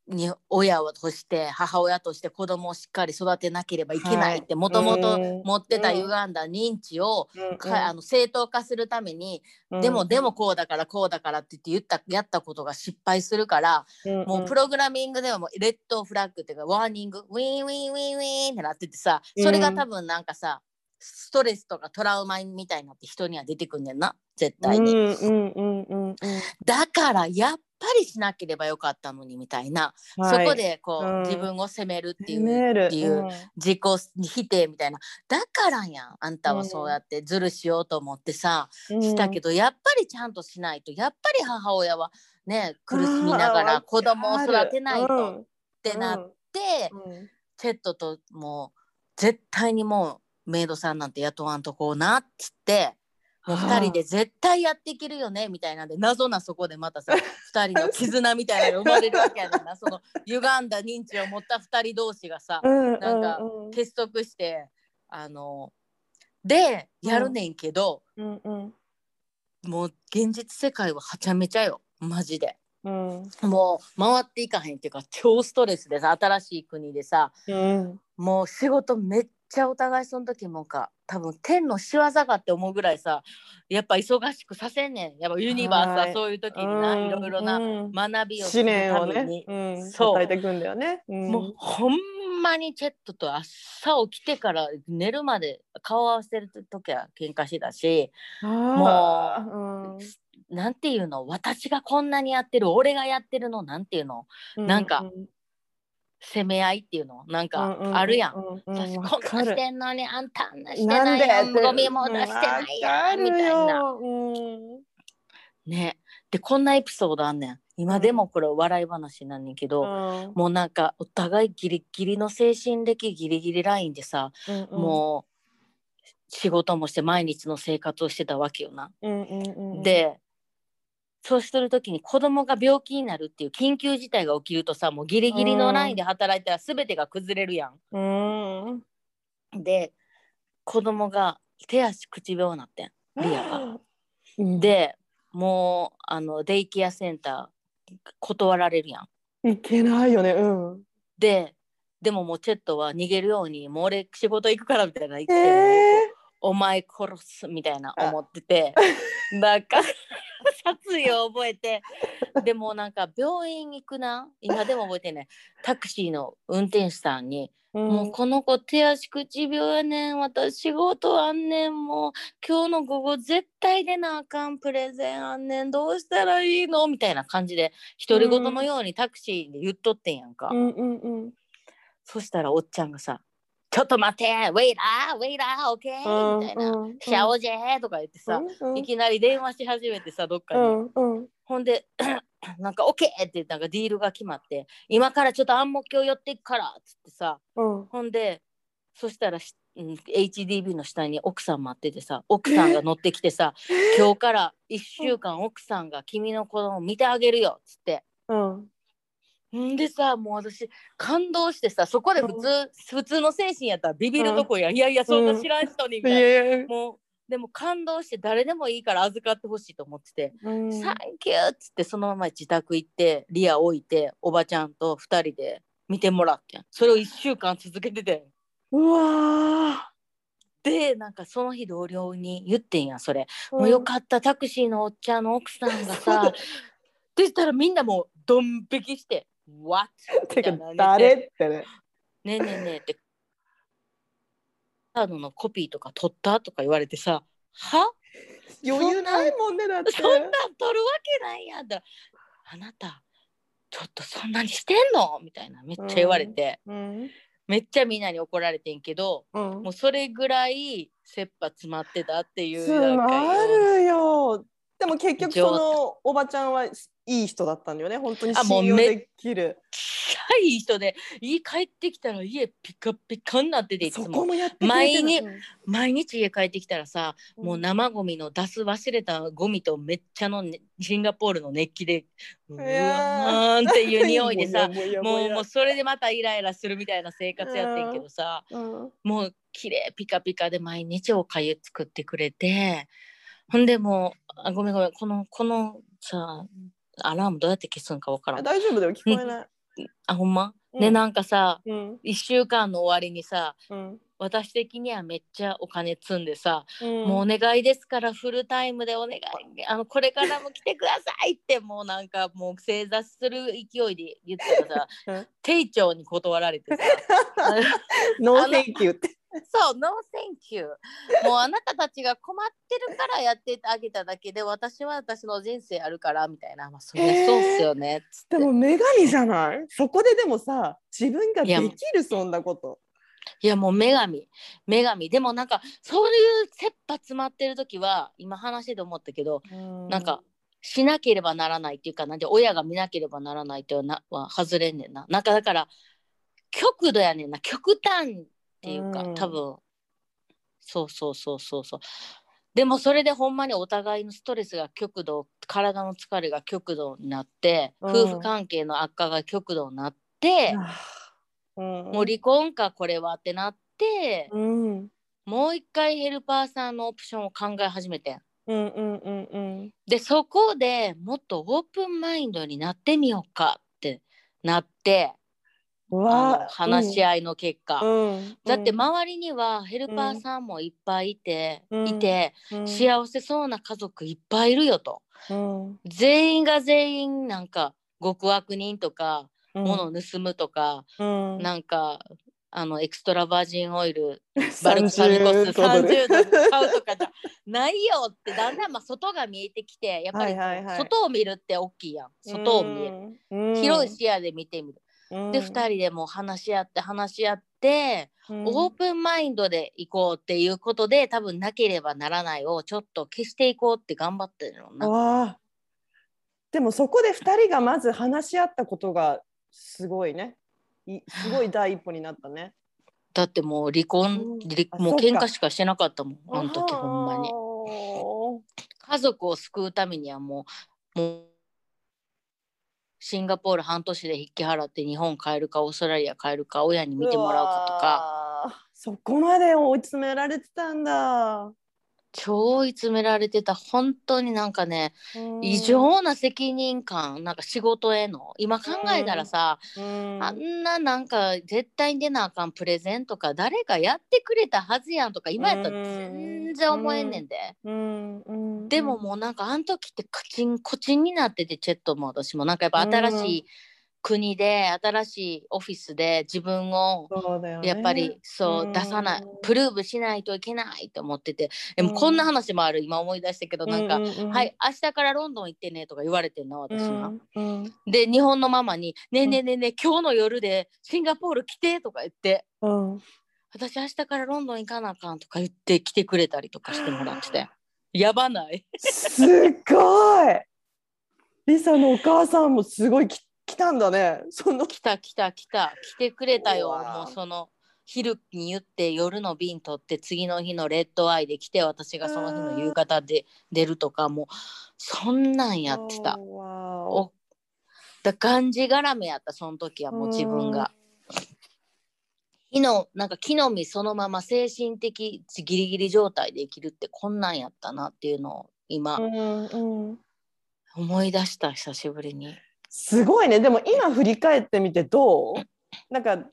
[SPEAKER 2] に親をとして母親として子供をしっかり育てなければいけないってもともと持ってた歪んだ認知をかあ
[SPEAKER 1] の、
[SPEAKER 2] の正当化するために、でもでもこうだからこうだからって言って言ったやったことが失敗するから、もうプ
[SPEAKER 1] ロ
[SPEAKER 2] ログラミングではもうレッドフラッグっていうかワーニングウィンウィンウィンウィンってなっててさそれが多分なんかさ、ストレスとかトラウマみたいになって人には出てくんねんな絶対に、
[SPEAKER 1] うんうんうんうんうん
[SPEAKER 2] だからやっぱりしなければよかったのにみたいな、
[SPEAKER 1] はい
[SPEAKER 2] そこでこう、
[SPEAKER 1] うん
[SPEAKER 2] 自分を責めるってい
[SPEAKER 1] 責める
[SPEAKER 2] うっていう、
[SPEAKER 1] ん
[SPEAKER 2] 自己否定みたいなだからやんあんたはそうやってズルしようと思ってさ、したけどやっぱりちゃんとしないとやっぱり母親はね苦しみな
[SPEAKER 1] あ
[SPEAKER 2] が
[SPEAKER 1] ーわからる
[SPEAKER 2] 子供を育てないとっ
[SPEAKER 1] って、
[SPEAKER 2] なってて、
[SPEAKER 1] うんうん
[SPEAKER 2] チェットともう絶対にもうメイドさんなんて雇わんとこうなっつって。もう
[SPEAKER 1] はあ
[SPEAKER 2] 2人で絶対やっていけるよねみたいなんで謎なそこでまたさ2人の絆みたいなのが生まれるわけやねんなその歪んだ認知を持った2人同士がさ
[SPEAKER 1] うん、
[SPEAKER 2] なんか結束してあのでやるねんけど、
[SPEAKER 1] うんうん
[SPEAKER 2] もう現実世界ははちゃめちゃよマジで
[SPEAKER 1] うん
[SPEAKER 2] もう回っていかへんっていうか超ストレスでさ新しい国でさ
[SPEAKER 1] うん
[SPEAKER 2] もう仕事めっちゃお互いその時もか多分天の仕業かって思うぐらいさやっぱ忙しくさせんねんやっぱユニバース
[SPEAKER 1] は
[SPEAKER 2] はいそういう時にないろいろな
[SPEAKER 1] うん
[SPEAKER 2] 学びをす
[SPEAKER 1] 試
[SPEAKER 2] る
[SPEAKER 1] 練
[SPEAKER 2] た
[SPEAKER 1] を
[SPEAKER 2] め
[SPEAKER 1] ね
[SPEAKER 2] に、
[SPEAKER 1] うん、
[SPEAKER 2] そう
[SPEAKER 1] 与えていくんだよね。うん
[SPEAKER 2] もうほんまにチェットと朝起きてから寝るまで顔合わせる時は喧嘩してたし
[SPEAKER 1] あー
[SPEAKER 2] なんていうの私がこんなにやってる俺がやってるのなんていうの
[SPEAKER 1] う
[SPEAKER 2] なんか
[SPEAKER 1] う
[SPEAKER 2] 責め合いっていうのなん
[SPEAKER 1] う
[SPEAKER 2] か
[SPEAKER 1] う
[SPEAKER 2] あるやん。
[SPEAKER 1] うう
[SPEAKER 2] 私
[SPEAKER 1] わ
[SPEAKER 2] こん
[SPEAKER 1] か
[SPEAKER 2] な
[SPEAKER 1] る
[SPEAKER 2] してんのにあんたあんなしてないよゴミも出してないやんみたい
[SPEAKER 1] う
[SPEAKER 2] な。
[SPEAKER 1] んわかるよ
[SPEAKER 2] ねでこんなエピソードあんねん今でもこれ笑い話なんねんけど、
[SPEAKER 3] うん
[SPEAKER 2] もうなんかお互いギリギリの精神的ギリギリラインでさ、もう仕事もして毎日の生活をしてたわけよな。
[SPEAKER 3] うんうんうんうん、
[SPEAKER 2] でそうしてる時に子供が病気になるっていう緊急事態が起きるとさもうギリギリのラインで働いたら全てが崩れるやん。
[SPEAKER 3] うん、
[SPEAKER 2] で子供が手足口病になってんリアが。
[SPEAKER 3] うん、
[SPEAKER 2] でもうあのデイケアセンター断られるやん。
[SPEAKER 3] いけないよね。うん。
[SPEAKER 2] ででももうチェットは逃げるように「もう俺仕事行くから」みたいな言って、
[SPEAKER 3] え
[SPEAKER 2] お前殺す」みたいな思っててなんか殺意を覚えてでもなんか病院行くな今でも覚えてないタクシーの運転手さんに
[SPEAKER 3] ー、
[SPEAKER 2] もうこの子手足口病やねん私仕事あんねんもう今日の午後絶対出なあかんプレゼンあんねんどうしたらいいのみたいな感じで独り言のようにタクシーで言っとってんやんか、
[SPEAKER 3] うんうんうん。
[SPEAKER 2] そしたらおっちゃんがさ「ちょっと待ってウェイラーウェイラーオッケー」みたいな
[SPEAKER 3] うんうん
[SPEAKER 2] 「シャオジェー」とか言ってさ、
[SPEAKER 3] うん
[SPEAKER 2] いきなり電話し始めてさどっか
[SPEAKER 3] う
[SPEAKER 2] に、
[SPEAKER 3] んうん
[SPEAKER 2] ほんで なんか「オッケー」ってなんかディールが決まって「今からちょっと暗黙を寄っていくから」っつってさ
[SPEAKER 3] うん。
[SPEAKER 2] ほんでそしたらし、うん HDB の下に奥さん待っててさ奥さんが乗ってきてさ「今日から1週間奥さんが君の子供を見てあげるよ」っつって。
[SPEAKER 3] うん。
[SPEAKER 2] んでさもう私感動してさそこで普通、普通の精神やったらビビるとこや、いやいやそんな知らん人にみ
[SPEAKER 3] い
[SPEAKER 2] たいな、
[SPEAKER 3] やいや。
[SPEAKER 2] もうでも感動して誰でもいいから預かってほしいと思ってて
[SPEAKER 3] う
[SPEAKER 2] 「
[SPEAKER 3] ん
[SPEAKER 2] サンキュー」っつってそのまま自宅行ってリア置いておばちゃんと2人で見てもらってんそれを1週間続けてて
[SPEAKER 3] うわ
[SPEAKER 2] でなんかその日同僚に言ってんやそれ、
[SPEAKER 3] ー。
[SPEAKER 2] もうよかったタクシーのおっちゃんの奥さんがさ ってしたらみんなもうドン引きして「What?」
[SPEAKER 3] てか
[SPEAKER 2] みたいな
[SPEAKER 3] 誰ってね。
[SPEAKER 2] ねえねえねえってカードのコピーとか取ったとか言われて さは
[SPEAKER 3] 余裕ないもんねだって。
[SPEAKER 2] そんなん取るわけないやんだあなたちょっとそんなにしてんのみたいなめっちゃ言われて、
[SPEAKER 3] うん
[SPEAKER 2] めっちゃみんなに怒られてんけど
[SPEAKER 3] うん
[SPEAKER 2] も。うそれぐらい切羽詰まってたっていう
[SPEAKER 3] つ
[SPEAKER 2] なんか
[SPEAKER 3] まるよ。でも結局
[SPEAKER 2] 状
[SPEAKER 3] そ
[SPEAKER 2] 態
[SPEAKER 3] のおばちゃんはいい人だったんだよね。本当に
[SPEAKER 2] あもう
[SPEAKER 3] 信用
[SPEAKER 2] め
[SPEAKER 3] できる。
[SPEAKER 2] いい人で家帰ってきたら家ピカピカになってていつ
[SPEAKER 3] そ
[SPEAKER 2] も
[SPEAKER 3] こもやってくれて
[SPEAKER 2] 毎日
[SPEAKER 3] る
[SPEAKER 2] 毎日家帰ってきたらさもう。
[SPEAKER 3] ん
[SPEAKER 2] 生ゴミの出す忘れたゴミとめっちゃのね、シンガポールの熱気でうわーんっていう匂いで さ
[SPEAKER 3] もや
[SPEAKER 2] もう
[SPEAKER 3] や
[SPEAKER 2] もうそれでまたイライラするみたいな生活やってんけどさ
[SPEAKER 3] うん
[SPEAKER 2] もう綺麗ピカピカで毎日おかゆ作ってくれてほんでもうあごめんごめんこのこのさアラームどうやって消すんかわから
[SPEAKER 3] あ
[SPEAKER 2] ん
[SPEAKER 3] 大丈夫だよ聞こえない。
[SPEAKER 2] あほんま、
[SPEAKER 3] う
[SPEAKER 2] ねなんかさ
[SPEAKER 3] うん
[SPEAKER 2] 1週間の終わりにさ
[SPEAKER 3] うん
[SPEAKER 2] 私的にはめっちゃお金積んでさ
[SPEAKER 3] うん
[SPEAKER 2] もうお願いですからフルタイムでお願いあのこれからも来てくださいってもうなんかもう正座する勢いで言った ら
[SPEAKER 3] う
[SPEAKER 2] さ
[SPEAKER 3] ん
[SPEAKER 2] 丁重に断られて さ
[SPEAKER 3] ノーセンキューって。
[SPEAKER 2] そう「ノーセンキュー」もうあなたたちが困ってるからやってあげただけで私は私の人生あるからみたいな、まあ、そりゃそうっすよねっつって、
[SPEAKER 3] でも女神じゃないそこででもさ自分が
[SPEAKER 2] い
[SPEAKER 3] で
[SPEAKER 2] や
[SPEAKER 3] きるそんなこと。
[SPEAKER 2] いやもう女神女神でもなんかそういう切羽詰まってる時は今話してて思ったけど
[SPEAKER 3] な
[SPEAKER 2] なんかしなければならないっていうかなんで親が見なければならないってはなは外れんねんななんかだから極度やねんな極端っていうか、
[SPEAKER 3] うん
[SPEAKER 2] 多分そうそうそうそうそうでもそれでほんまにお互いのストレスが極度体の疲れが極度になって、
[SPEAKER 3] うん
[SPEAKER 2] 夫婦関係の悪化が極度になって、もう
[SPEAKER 3] 森
[SPEAKER 2] 離婚かこれはってなって、
[SPEAKER 3] うん
[SPEAKER 2] もう一回ヘルパーさんのオプションを考え始めてん
[SPEAKER 3] うんうんうんうん
[SPEAKER 2] でそこでもっとオープンマインドになってみようかってなって
[SPEAKER 3] う
[SPEAKER 2] あ
[SPEAKER 3] わ
[SPEAKER 2] の話し合いの結果、
[SPEAKER 3] うんうん
[SPEAKER 2] だって周りにはヘルパーさんもいっぱいいて、
[SPEAKER 3] うん
[SPEAKER 2] いて、
[SPEAKER 3] うん
[SPEAKER 2] 幸せそうな家族いっぱいいるよと
[SPEAKER 3] うん
[SPEAKER 2] 全員が全員なんか極悪人とか
[SPEAKER 3] うん
[SPEAKER 2] 物を盗むとか、
[SPEAKER 3] うん
[SPEAKER 2] なんかあのエクストラバージンオイルバ
[SPEAKER 3] 30
[SPEAKER 2] ルクサルコス
[SPEAKER 3] ドル
[SPEAKER 2] 30ドル買うとかじゃないよってだんだんまあ外が見えてきてやっぱり
[SPEAKER 3] はいはいはい
[SPEAKER 2] 外を見るって大きいやん外を見える、
[SPEAKER 3] うん
[SPEAKER 2] 広い視野で見てみる、
[SPEAKER 3] うん
[SPEAKER 2] で2人でもう話し合って話し合って、
[SPEAKER 3] うん
[SPEAKER 2] オープンマインドで行こうっていうことで多分なければならないをちょっと消していこうって頑張ってるのな
[SPEAKER 3] わあ
[SPEAKER 1] でもそこで2人がまず話し合ったことがすごいねいすごい第一歩になったね。
[SPEAKER 2] だってもう離婚、
[SPEAKER 1] うん
[SPEAKER 2] 離
[SPEAKER 1] あ
[SPEAKER 2] もう
[SPEAKER 1] そっか
[SPEAKER 2] 喧嘩しかしてなかったもん あの時ほんまに
[SPEAKER 1] あー
[SPEAKER 2] 家族を救うためにはもうもうシンガポール半年で引き払って日本帰るかオーストラリア帰るか親に見てもらうかとか
[SPEAKER 1] うわーそこまで追い詰められてたんだ
[SPEAKER 2] 超追い詰められてた本当になんかね
[SPEAKER 1] うん
[SPEAKER 2] 異常な責任感なんか仕事への今考えたらさ
[SPEAKER 1] うん
[SPEAKER 2] あんななんか絶対に出なあかんプレゼンとか誰かやってくれたはずやんとか今やったら全然思えんねんで
[SPEAKER 1] うんうん
[SPEAKER 2] でももうなんかあの時ってカチンコチンになっててチェットも私もなんかやっぱ新しい国で新しいオフィスで自分を
[SPEAKER 1] そうだよね
[SPEAKER 2] やっぱりそううん出さないプルーブしないといけないと思っててでも
[SPEAKER 1] うん
[SPEAKER 2] こんな話もある今思い出したけどなんか
[SPEAKER 1] うう
[SPEAKER 2] 「
[SPEAKER 1] う
[SPEAKER 2] はい明日からロンドン行ってね」とか言われてんな
[SPEAKER 1] う
[SPEAKER 2] 私が
[SPEAKER 1] ん。うん
[SPEAKER 2] で日本のママに「ねえねえねえねえ今日の夜でシンガポール来て」とか言って
[SPEAKER 1] うん
[SPEAKER 2] 「私明日からロンドン行かなあかん」とか言って来てくれたりとかしてもらってて。やばない
[SPEAKER 1] すっごいリサのお母さんもすごいき来たんだねその
[SPEAKER 2] 来た来た来た来てくれたよ
[SPEAKER 1] うわ
[SPEAKER 2] もうその昼に言って夜の便取って次の日のレッドアイで来て私がその日の夕方で出るとかもうそんなんやってた
[SPEAKER 1] わお
[SPEAKER 2] おだがんじがらめやったその時はもう自分が。昨日なんか木の実そのまま精神的ギリギリ状態で生きるってこんなんやったなっていうのを今
[SPEAKER 1] うんうん
[SPEAKER 2] 思い出した久しぶりに。
[SPEAKER 1] すごいねでも今振り返ってみてどうなんか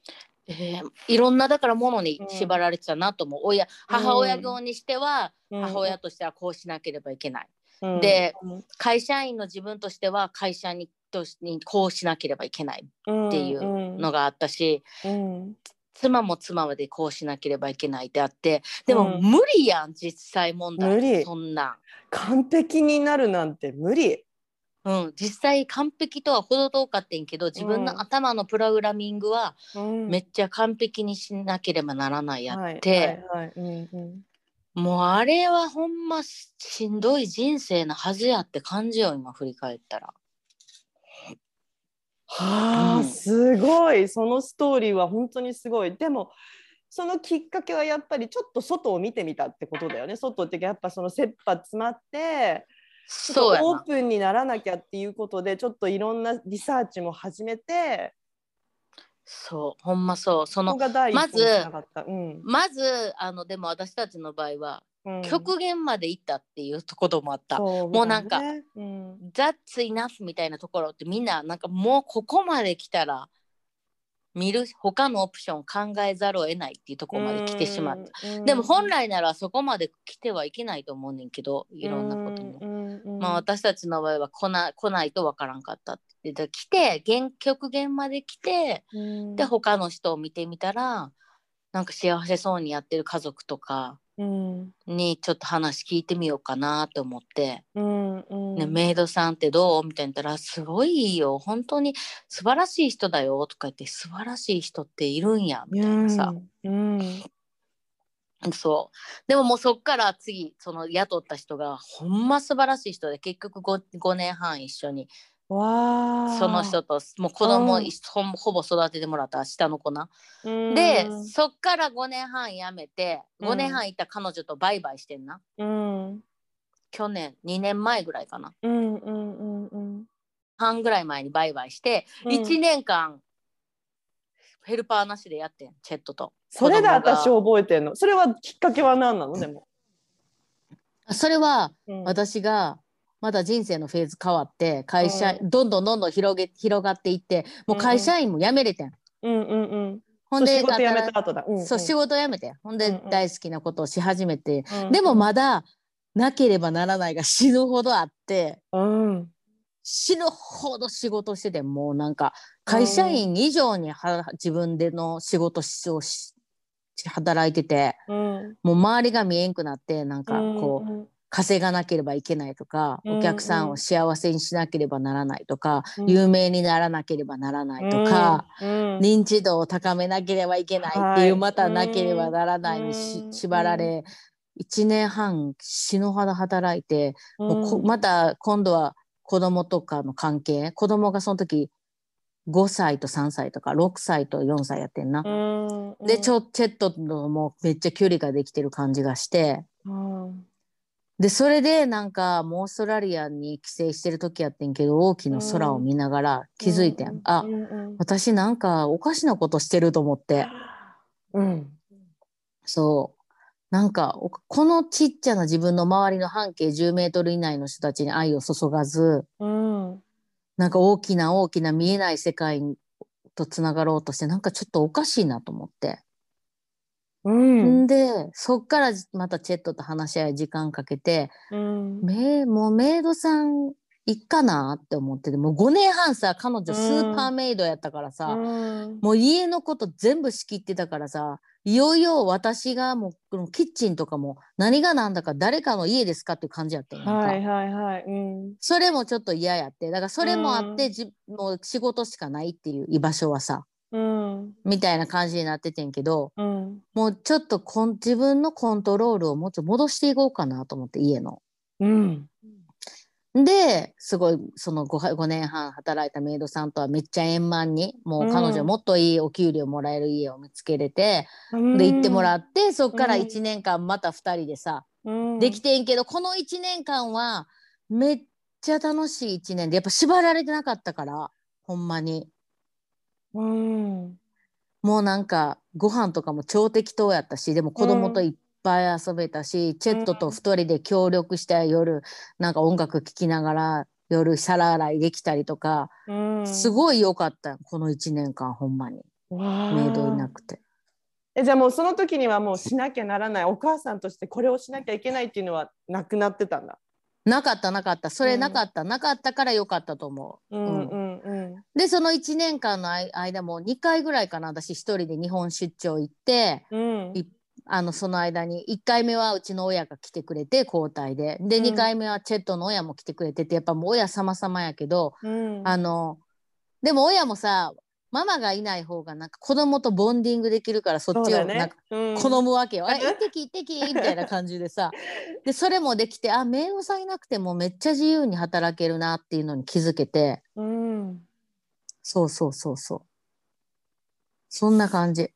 [SPEAKER 2] えーいろんなだからものに縛られてたなと思う、親母親業にしては、母親としてはこうしなければいけない、
[SPEAKER 1] うん
[SPEAKER 2] で
[SPEAKER 1] うん
[SPEAKER 2] 会社員の自分としては会社にとしにこうしなければいけないっていうのがあったし、
[SPEAKER 1] うん
[SPEAKER 2] 妻も妻までこうしなければいけないってあってでも
[SPEAKER 1] うん
[SPEAKER 2] 無理やん実際問題
[SPEAKER 1] 無理
[SPEAKER 2] そんな
[SPEAKER 1] 完璧になるなんて無理
[SPEAKER 2] ん、うん、実際完璧とは程遠かってんけど自分の頭のプログラミングはめ
[SPEAKER 1] め
[SPEAKER 2] っちゃ完璧にしなければならないやって。
[SPEAKER 1] はいはいはいうんうん
[SPEAKER 2] もうあれはほんまししんどい人生のはずやって感じよ今振り返ったら
[SPEAKER 1] はあ、
[SPEAKER 2] うん
[SPEAKER 1] すごいそのストーリーは本当にすごいでもそのきっかけはやっぱりちょっと外を見てみたってことだよね外っていうかやっぱその切羽詰まってちょ
[SPEAKER 2] そ
[SPEAKER 1] っ
[SPEAKER 2] うや
[SPEAKER 1] とオー
[SPEAKER 2] な
[SPEAKER 1] プンにならなきゃっていうことでちょっといろんなリサーチも始めて
[SPEAKER 2] そうほんまそうそ
[SPEAKER 1] そこ
[SPEAKER 2] の
[SPEAKER 1] が第一歩
[SPEAKER 2] まず
[SPEAKER 1] につながった、うん
[SPEAKER 2] まずあのでも私たちの場合
[SPEAKER 1] う
[SPEAKER 2] は、
[SPEAKER 1] ん
[SPEAKER 2] 極限まで行ったっていうところもあった
[SPEAKER 1] そう
[SPEAKER 2] もうなんか
[SPEAKER 1] だねうん、
[SPEAKER 2] 「That's enough」みたいなところってみんななんかもうここまで来たら見る他のオプション考えざるを得ないっていうところまで来てしまった
[SPEAKER 1] うん
[SPEAKER 2] でも本来ならそこまで来てはいけないと思うねんけどいろんなことも。
[SPEAKER 1] うんうん
[SPEAKER 2] まあ、私たちの場合は来な来ないとわからんかったって言ってで来て原極限まで来て
[SPEAKER 1] うん
[SPEAKER 2] で他の人を見てみたらなんか幸せそうにやってる家族とか
[SPEAKER 1] うん
[SPEAKER 2] にちょっと話聞いてみようかなと思って、
[SPEAKER 1] うんうん
[SPEAKER 2] ねメイドさんってどう?」みたいに言ったら「すごいいいよ本当に素晴らしい人だよ」とか言って「素晴らしい人っているんや」みたいなさ、
[SPEAKER 1] うんうん
[SPEAKER 2] そうでももうそっから次その雇った人がほんま素晴らしい人で結局 5, 5年半一緒に
[SPEAKER 1] わあ
[SPEAKER 2] その人ともう子供を
[SPEAKER 1] うん
[SPEAKER 2] 一ほんほぼ育ててもらった下の子な。
[SPEAKER 1] うん
[SPEAKER 2] でそっから5年半辞めて
[SPEAKER 1] うん
[SPEAKER 2] 5年半いた彼女とバイバイしてんな。
[SPEAKER 1] うん
[SPEAKER 2] 去年2年前ぐらいかな。
[SPEAKER 1] うんうんうんうん
[SPEAKER 2] 半ぐらい前にバイバイして、
[SPEAKER 1] うん
[SPEAKER 2] 1年間ヘルパーなしでやってんチェットと。
[SPEAKER 1] それだ
[SPEAKER 2] 子供が
[SPEAKER 1] 私覚えてんのそれはきっかけは何なのでも、
[SPEAKER 2] それは
[SPEAKER 1] うん
[SPEAKER 2] 私がまだ人生のフェーズ変わって会社、
[SPEAKER 1] う
[SPEAKER 2] どんどんどんどん広げ広がっていってもう会社員も辞めれてん。
[SPEAKER 1] うんうんうん
[SPEAKER 2] ほんで
[SPEAKER 1] そう仕事辞め
[SPEAKER 2] 新
[SPEAKER 1] た後だ、うんん
[SPEAKER 2] そう仕事辞めてほん
[SPEAKER 1] う
[SPEAKER 2] で
[SPEAKER 1] んうん
[SPEAKER 2] 大好きなことをし始めて、
[SPEAKER 1] うん
[SPEAKER 2] でもまだなければならないが死ぬほどあって
[SPEAKER 1] うん
[SPEAKER 2] 死ぬほど仕事しててもうなんか会社員以上には自分での仕事しをし働いてて
[SPEAKER 1] うん
[SPEAKER 2] もう周りが見えんくなってなんかこう、
[SPEAKER 1] うん
[SPEAKER 2] 稼がなければいけないとか、
[SPEAKER 1] うん
[SPEAKER 2] お客さんを幸せにしなければならないとか、
[SPEAKER 1] うん
[SPEAKER 2] 有名にならなければならないとか。
[SPEAKER 1] うんうん
[SPEAKER 2] 認知度を高めなければいけないっていう、
[SPEAKER 1] はい
[SPEAKER 2] またなければならないにし
[SPEAKER 1] うん
[SPEAKER 2] 縛られ、1年半死ぬほど働いて、もうこ
[SPEAKER 1] うん
[SPEAKER 2] また今度は子供とかの関係子供がその時5歳と3歳とか6歳と4歳やってんな。
[SPEAKER 1] うん
[SPEAKER 2] でちょチェットのもうめっちゃ距離ができてる感じがして
[SPEAKER 1] うん
[SPEAKER 2] でそれでなんかもうオーストラリアに帰省してる時やってんけど大きな空を見ながら気づいてん、
[SPEAKER 1] うん
[SPEAKER 2] あ
[SPEAKER 1] うんうん
[SPEAKER 2] 私なんかおかしなことしてると思って
[SPEAKER 1] うん
[SPEAKER 2] そうなんかおこのちっちゃな自分の周りの半径10メートル以内の人たちに愛を注がず
[SPEAKER 1] うん
[SPEAKER 2] なんか大きな大きな見えない世界とつながろうとしてなんかちょっとおかしいなと思って。
[SPEAKER 1] うん
[SPEAKER 2] んでそっからまたチェットと話し合い時間かけて
[SPEAKER 1] うん
[SPEAKER 2] めもうメイドさんいっかなって思っててもう5年半さ彼女スーパーメイドやったからさ、
[SPEAKER 1] うん
[SPEAKER 2] もう家のこと全部仕切ってたからさいよいよ私がもうこのキッチンとかも何が何だか誰かの家ですかっていう感じやったんやんか
[SPEAKER 1] はいはいはいうん
[SPEAKER 2] それもちょっと嫌やってだからそれもあって、
[SPEAKER 1] うん
[SPEAKER 2] じもう仕事しかないっていう居場所はさ
[SPEAKER 1] うん
[SPEAKER 2] みたいな感じになっててんけど、
[SPEAKER 1] うん
[SPEAKER 2] もうちょっとこん自分のコントロールをもうちょっと戻していこうかなと思って家の。
[SPEAKER 1] うん
[SPEAKER 2] ですごいその 5, 5年半働いたメイドさんとはめっちゃ円満にもう彼女
[SPEAKER 1] うん
[SPEAKER 2] もっといいお給料もらえる家を見つけれて、
[SPEAKER 1] うん
[SPEAKER 2] で行ってもらってそっから
[SPEAKER 1] うん
[SPEAKER 2] 1年間また2人でさ、
[SPEAKER 1] うん
[SPEAKER 2] できてんけどこの1年間はめっちゃ楽しい1年でやっぱ縛られてなかったからほんまに
[SPEAKER 1] うん
[SPEAKER 2] もうなんかご飯とかも超適当やったしでも子供といっぱい遊べたし、チェットと二人で協力して夜なんか音楽聴きながら夜皿洗いできたりとか、
[SPEAKER 1] うん
[SPEAKER 2] すごい良かったよこの1年間ほんまに
[SPEAKER 1] わあ
[SPEAKER 2] メイドいなくて
[SPEAKER 1] えじゃあもうその時にはもうしなきゃならないお母さんとしてこれをしなきゃいけないっていうのはなくなってたんだ。
[SPEAKER 2] なかったなかったそれ
[SPEAKER 1] うん
[SPEAKER 2] なかった、なかったから良かったと思う、
[SPEAKER 1] うん
[SPEAKER 2] う
[SPEAKER 1] うんんうん
[SPEAKER 2] でその1年間の間間も2回ぐらいかな私一人で日本出張行って
[SPEAKER 1] うん
[SPEAKER 2] いあのその間に1回目はうちの親が来てくれて交代で
[SPEAKER 1] う
[SPEAKER 2] で
[SPEAKER 1] ん
[SPEAKER 2] 2回目はチェットの親も来てくれててやっぱもう親様様やけど
[SPEAKER 1] うん
[SPEAKER 2] あのでも親もさママがいない方がなんか子供とボンディングできるからそっ
[SPEAKER 1] そう
[SPEAKER 2] ち
[SPEAKER 1] だ
[SPEAKER 2] をなん
[SPEAKER 1] ね
[SPEAKER 2] か。
[SPEAKER 1] うん
[SPEAKER 2] 好むわ けよ。あ
[SPEAKER 1] うん
[SPEAKER 2] 一滴一滴みたいな感じでさでそれもできてあ名誉さんいなくてもめっちゃ自由に働けるなっていうのに気づけて
[SPEAKER 1] うん
[SPEAKER 2] そうそうそうそうそんな感じ。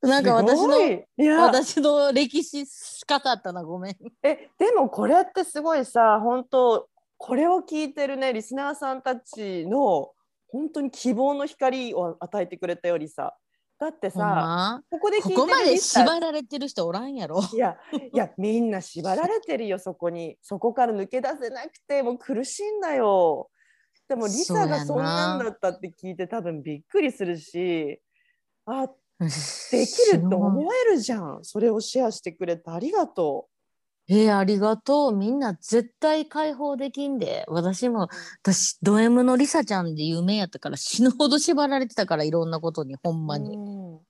[SPEAKER 2] なんか私
[SPEAKER 1] すご
[SPEAKER 2] の
[SPEAKER 1] いいや
[SPEAKER 2] 私の歴史深かったなごめん。
[SPEAKER 1] えでもこれってすごいさ本当これを聞いてるねリスナーさんたちの本当に希望の光を与えてくれたよりさだって
[SPEAKER 2] ほん
[SPEAKER 1] さ
[SPEAKER 2] ま
[SPEAKER 1] ここで聞
[SPEAKER 2] こ
[SPEAKER 1] いて
[SPEAKER 2] こま
[SPEAKER 1] る
[SPEAKER 2] で
[SPEAKER 1] リスナー
[SPEAKER 2] 縛られてる人おらんやろ。
[SPEAKER 1] いやいやみんな縛られてるよそこにそこから抜け出せなくてもう苦しいんだよでもリ
[SPEAKER 2] そうや
[SPEAKER 1] サ
[SPEAKER 2] な
[SPEAKER 1] がそんなんだったって聞いて多分びっくりするしあ
[SPEAKER 2] で
[SPEAKER 1] でき ると思えるじゃんそれをシェアしてくれてありがと
[SPEAKER 2] えーありがとう。みんな絶対解放できんで。私も、私、ド M のリサちゃんで有名やったから死ぬほど縛られてたから、いろんなことに、ほん
[SPEAKER 1] う、
[SPEAKER 2] まに。
[SPEAKER 1] うん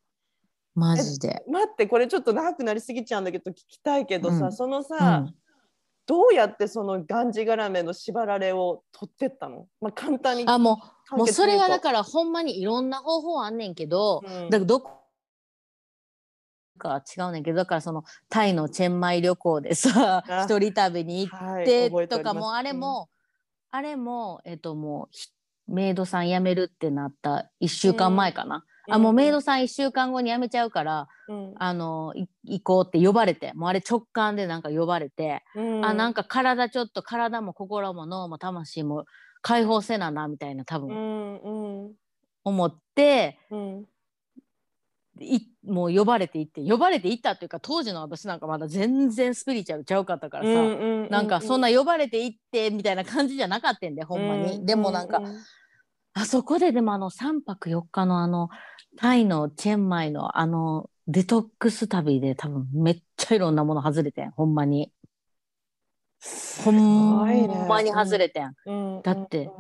[SPEAKER 2] マジで。
[SPEAKER 1] 待ってこれちょっと長くなりすぎちゃうんだけど聞きたいけどさ、
[SPEAKER 2] うん
[SPEAKER 1] その
[SPEAKER 2] う
[SPEAKER 1] さ、
[SPEAKER 2] ん、
[SPEAKER 1] どうやってそのがんじがらめの縛られを取ってったの、まあ、簡単に
[SPEAKER 2] あ、もう、もうそれはだ
[SPEAKER 1] ら、
[SPEAKER 2] から、ほんまにいろんな方法あんねんけど、
[SPEAKER 1] うん
[SPEAKER 2] だからどこか違うねんけど、だからその、タイのチェンマイ旅行でさ
[SPEAKER 1] あ、
[SPEAKER 2] 一人旅に行っ
[SPEAKER 1] は
[SPEAKER 2] っ
[SPEAKER 1] い
[SPEAKER 2] て
[SPEAKER 1] 覚えてお
[SPEAKER 2] と
[SPEAKER 1] り
[SPEAKER 2] か
[SPEAKER 1] ます
[SPEAKER 2] もあれも、あれもえっともうひメイドさん辞めるってなった1週間前かな、
[SPEAKER 1] うん
[SPEAKER 2] あもううんメイドさん1週間後に辞めちゃうから、
[SPEAKER 1] うん
[SPEAKER 2] あのい行こうって呼ばれてもうあれ直感でなんか呼ばれて、
[SPEAKER 1] うん
[SPEAKER 2] あなんか体ちょっと体も心も脳も魂も解放せななみたいな多
[SPEAKER 1] う
[SPEAKER 2] 分
[SPEAKER 1] んうん
[SPEAKER 2] 思って、
[SPEAKER 1] うん
[SPEAKER 2] いもう呼ばれて行って呼ばれて行ったっていうか当時の私なんかまだ全然スピリチュアルちゃうかったからさ、なんかそんな呼ばれて行ってみたいな感じじゃなかったんでほんまに、でもなんか、あそこででもあの3泊4日のあのタイのチェンマイのあのデトックス旅で多分めっちゃいろんなもの外れてんほんまにほん
[SPEAKER 1] ごいね
[SPEAKER 2] まに外れてん、だって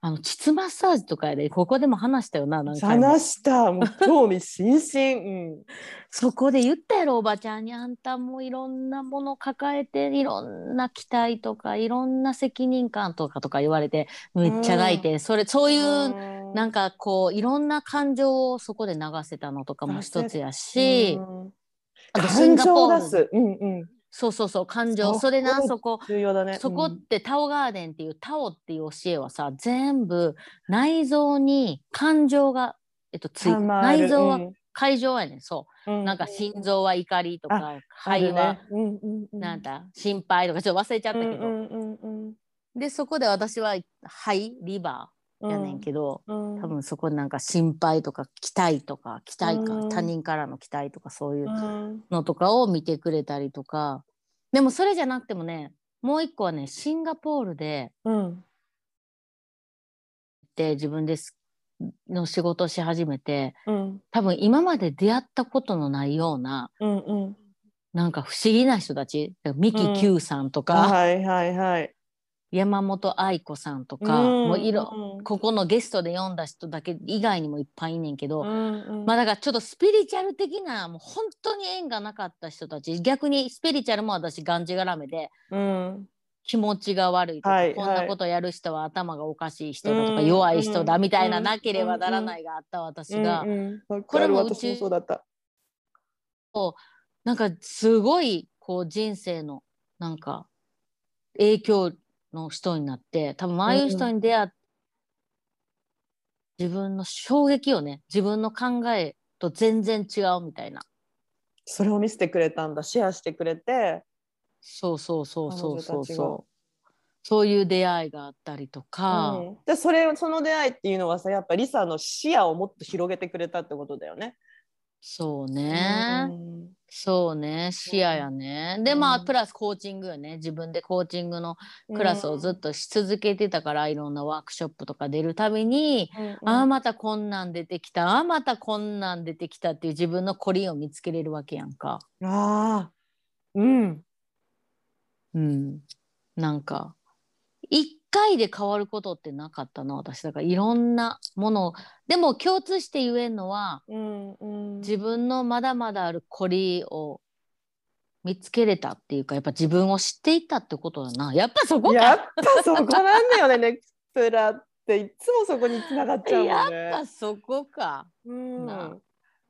[SPEAKER 2] あの膣マッサージとかやでここでも話したよななんか
[SPEAKER 1] 話したもう興味津々、うん、
[SPEAKER 2] そこで言ったやろおばちゃんにあんたもいろんなもの抱えていろんな期待とかいろんな責任感とかとか言われてめっちゃ泣いて、それそういうなん
[SPEAKER 1] か
[SPEAKER 2] かこういろんな感情をそこで流せたのとかも一つやし、
[SPEAKER 1] うん、
[SPEAKER 2] あとシ
[SPEAKER 1] 感
[SPEAKER 2] ンガ
[SPEAKER 1] 情
[SPEAKER 2] ポ
[SPEAKER 1] を
[SPEAKER 2] ー
[SPEAKER 1] 出
[SPEAKER 2] ル
[SPEAKER 1] す、うんうん、
[SPEAKER 2] そうそうそう感情
[SPEAKER 1] そう
[SPEAKER 2] それなそこ
[SPEAKER 1] 重要だね。
[SPEAKER 2] そこ
[SPEAKER 1] う
[SPEAKER 2] っ
[SPEAKER 1] ん
[SPEAKER 2] てタオガーデンっていうタオっていう教えはさ全部内臓に感情が、えっと、つい
[SPEAKER 1] たまる
[SPEAKER 2] 内臓
[SPEAKER 1] う
[SPEAKER 2] は
[SPEAKER 1] ん
[SPEAKER 2] 会場やねんそう
[SPEAKER 1] う
[SPEAKER 2] なんか心臓は怒りとか肺は、、なんだ心配とかちょっと忘れちゃっ
[SPEAKER 1] あ
[SPEAKER 2] た
[SPEAKER 1] るね
[SPEAKER 2] けど、
[SPEAKER 1] うんうんうん
[SPEAKER 2] でそこで私は肺リバ
[SPEAKER 1] う
[SPEAKER 2] ー
[SPEAKER 1] ん
[SPEAKER 2] やねんけど、
[SPEAKER 1] うん、
[SPEAKER 2] 多分そこなんか心配とか期待とか期待か、
[SPEAKER 1] うん
[SPEAKER 2] 他人からの期待とかそういううんのとかを見てくれたりとかでもそれじゃなくてもねもう一個はねシンガポールで
[SPEAKER 1] うん
[SPEAKER 2] で自分ですの仕事をし始めて
[SPEAKER 1] うん
[SPEAKER 2] 多分今まで出会ったことのないような
[SPEAKER 1] うんうん
[SPEAKER 2] なんか不思議な人たちミ
[SPEAKER 1] うん
[SPEAKER 2] キ Q さんとか、
[SPEAKER 1] はいはいはい。
[SPEAKER 2] 山本愛子さんとか、もういろ
[SPEAKER 1] ろ
[SPEAKER 2] ここのゲストで読んだ人だけ以外にもいっぱいいんねんけど、ま
[SPEAKER 1] ま
[SPEAKER 2] あだからちょっとスピリチュアル的なもう本当に縁がなかった人たち逆にスピリチュアルも私がんじがらめで
[SPEAKER 1] うん
[SPEAKER 2] 気持ちが悪いとか、
[SPEAKER 1] はい
[SPEAKER 2] こん
[SPEAKER 1] は
[SPEAKER 2] ないことやる人は頭がおかしい人だとか、
[SPEAKER 1] うん
[SPEAKER 2] 弱い人だみたいな、
[SPEAKER 1] うん
[SPEAKER 2] なければならないがあった私が、
[SPEAKER 1] うんうんわかる
[SPEAKER 2] これもうち
[SPEAKER 1] 私もそうだった。
[SPEAKER 2] なんかすごいこう人生のなんか影響の人になって多分ああいう人に出会って、自分の衝撃をね自分の考えと全然違うみたいな
[SPEAKER 1] それを見せてくれたんだ、シェアしてくれて。
[SPEAKER 2] そうそうそうそうそ
[SPEAKER 1] 彼
[SPEAKER 2] う
[SPEAKER 1] 女たちが
[SPEAKER 2] そうそういう出会いがあったりとか、
[SPEAKER 1] うんで、それ、その出会いっていうのはさ、やっぱりリサの視野をもっと広げてくれたってことだよね。
[SPEAKER 2] そうね、
[SPEAKER 1] うん
[SPEAKER 2] そうね視野やね、でまあ
[SPEAKER 1] うん
[SPEAKER 2] プラスコーチングよね自分でコーチングのクラスをずっとし続けてたから、いろんなワークショップとか出るたびに、
[SPEAKER 1] うんうん
[SPEAKER 2] ああまたこんなん出てきたああまたこんなん出てきたっていう自分のコリを見つけれるわけやんか。
[SPEAKER 1] ああ。うん。
[SPEAKER 2] うん、なんか一回で変わることってなかったな私だからいろんなものをでも共通して言えるのは
[SPEAKER 1] うんうん。
[SPEAKER 2] 自分のまだまだあるコリを見つけれたっていうかやっぱ自分を知っていったってことだなやっぱそこか
[SPEAKER 1] やっぱそこなんだよね、ネクプラっていつもそこに繋がっちゃうもんね。
[SPEAKER 2] やっぱそこか
[SPEAKER 1] うん
[SPEAKER 2] な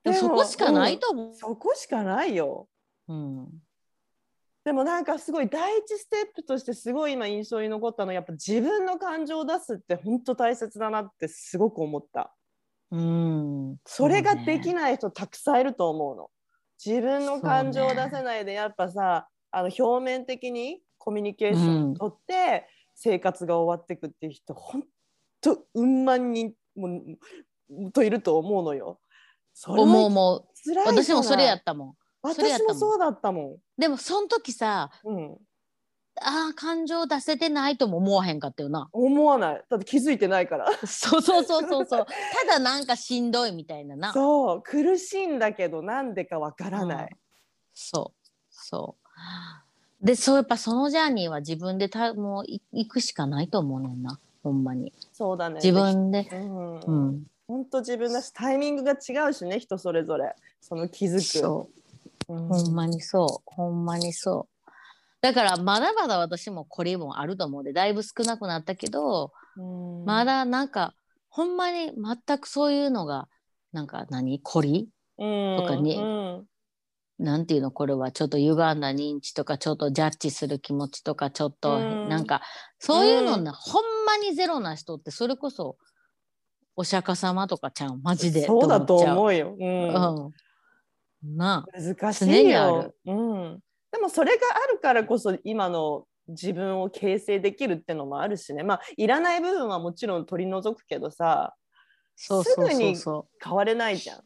[SPEAKER 1] で
[SPEAKER 2] で
[SPEAKER 1] も
[SPEAKER 2] もそこしかないと
[SPEAKER 1] うん
[SPEAKER 2] 思
[SPEAKER 1] そこしかないよ。
[SPEAKER 2] う、うん、
[SPEAKER 1] でもなんかすごい第一ステップとしてすごい今印象に残ったのはやっぱ自分の感情を出すって本当大切だなってすごく思った。
[SPEAKER 2] うん、
[SPEAKER 1] それができ
[SPEAKER 2] い。
[SPEAKER 1] ない人たくさんいると思うの。自分の感情を出せないでやっぱさ、あの表面的にコミュニケーション取って生活が終わってくっていう人、ほんとうん万人もうといると思うのよ。それは
[SPEAKER 2] 思う思
[SPEAKER 1] 辛いうじゃない
[SPEAKER 2] 私もそれやったもんそれやっ
[SPEAKER 1] 私
[SPEAKER 2] たも
[SPEAKER 1] も
[SPEAKER 2] ん
[SPEAKER 1] そうだったも
[SPEAKER 2] でもその時さ
[SPEAKER 1] ん。うん、
[SPEAKER 2] あー感情出せてないとも思わへんかったよな
[SPEAKER 1] 思わない。だって気づいてないから。
[SPEAKER 2] そうそうそうそう そうただなんかしんどいみたいなな
[SPEAKER 1] そう苦しいんだけどなんでかわからない。
[SPEAKER 2] そうそうでそうやっぱそのジャーニーは自分でたもうい行くしかないと思うねんなほんまに
[SPEAKER 1] そうだね。
[SPEAKER 2] 自分で
[SPEAKER 1] うん。
[SPEAKER 2] う
[SPEAKER 1] 本
[SPEAKER 2] ん
[SPEAKER 1] 当、ほんと自分だしタイミングが違うしね人それぞれその気づく。
[SPEAKER 2] そううんほんまにそうほんまにそうだからまだまだ私もこれもあると思うでだいぶ少なくなったけど、
[SPEAKER 1] うん
[SPEAKER 2] まだなんかほんまに全くそういうのがなんか何こり
[SPEAKER 1] と
[SPEAKER 2] とかに
[SPEAKER 1] うん
[SPEAKER 2] なんていうのこれはちょっと歪んだ認知とかちょっとジャッジする気持ちとかちょっ
[SPEAKER 1] う
[SPEAKER 2] と
[SPEAKER 1] ん
[SPEAKER 2] なんかそういう
[SPEAKER 1] う
[SPEAKER 2] の
[SPEAKER 1] ん
[SPEAKER 2] な、ほんまにゼロな人ってそれこそお釈迦様とかちゃんマジで
[SPEAKER 1] そうだと思
[SPEAKER 2] っ
[SPEAKER 1] うよ。う
[SPEAKER 2] ち
[SPEAKER 1] ん
[SPEAKER 2] ゃう、うん、なあ
[SPEAKER 1] 難し
[SPEAKER 2] 常
[SPEAKER 1] い
[SPEAKER 2] にあ
[SPEAKER 1] よ
[SPEAKER 2] る、
[SPEAKER 1] うん。でもそれがあるからこそ今の自分を形成できるってのもあるしね。まあいらない部分はもちろん取り除くけどさ
[SPEAKER 2] そうそう
[SPEAKER 1] すぐ
[SPEAKER 2] そう
[SPEAKER 1] に
[SPEAKER 2] そう
[SPEAKER 1] 変われないじゃん。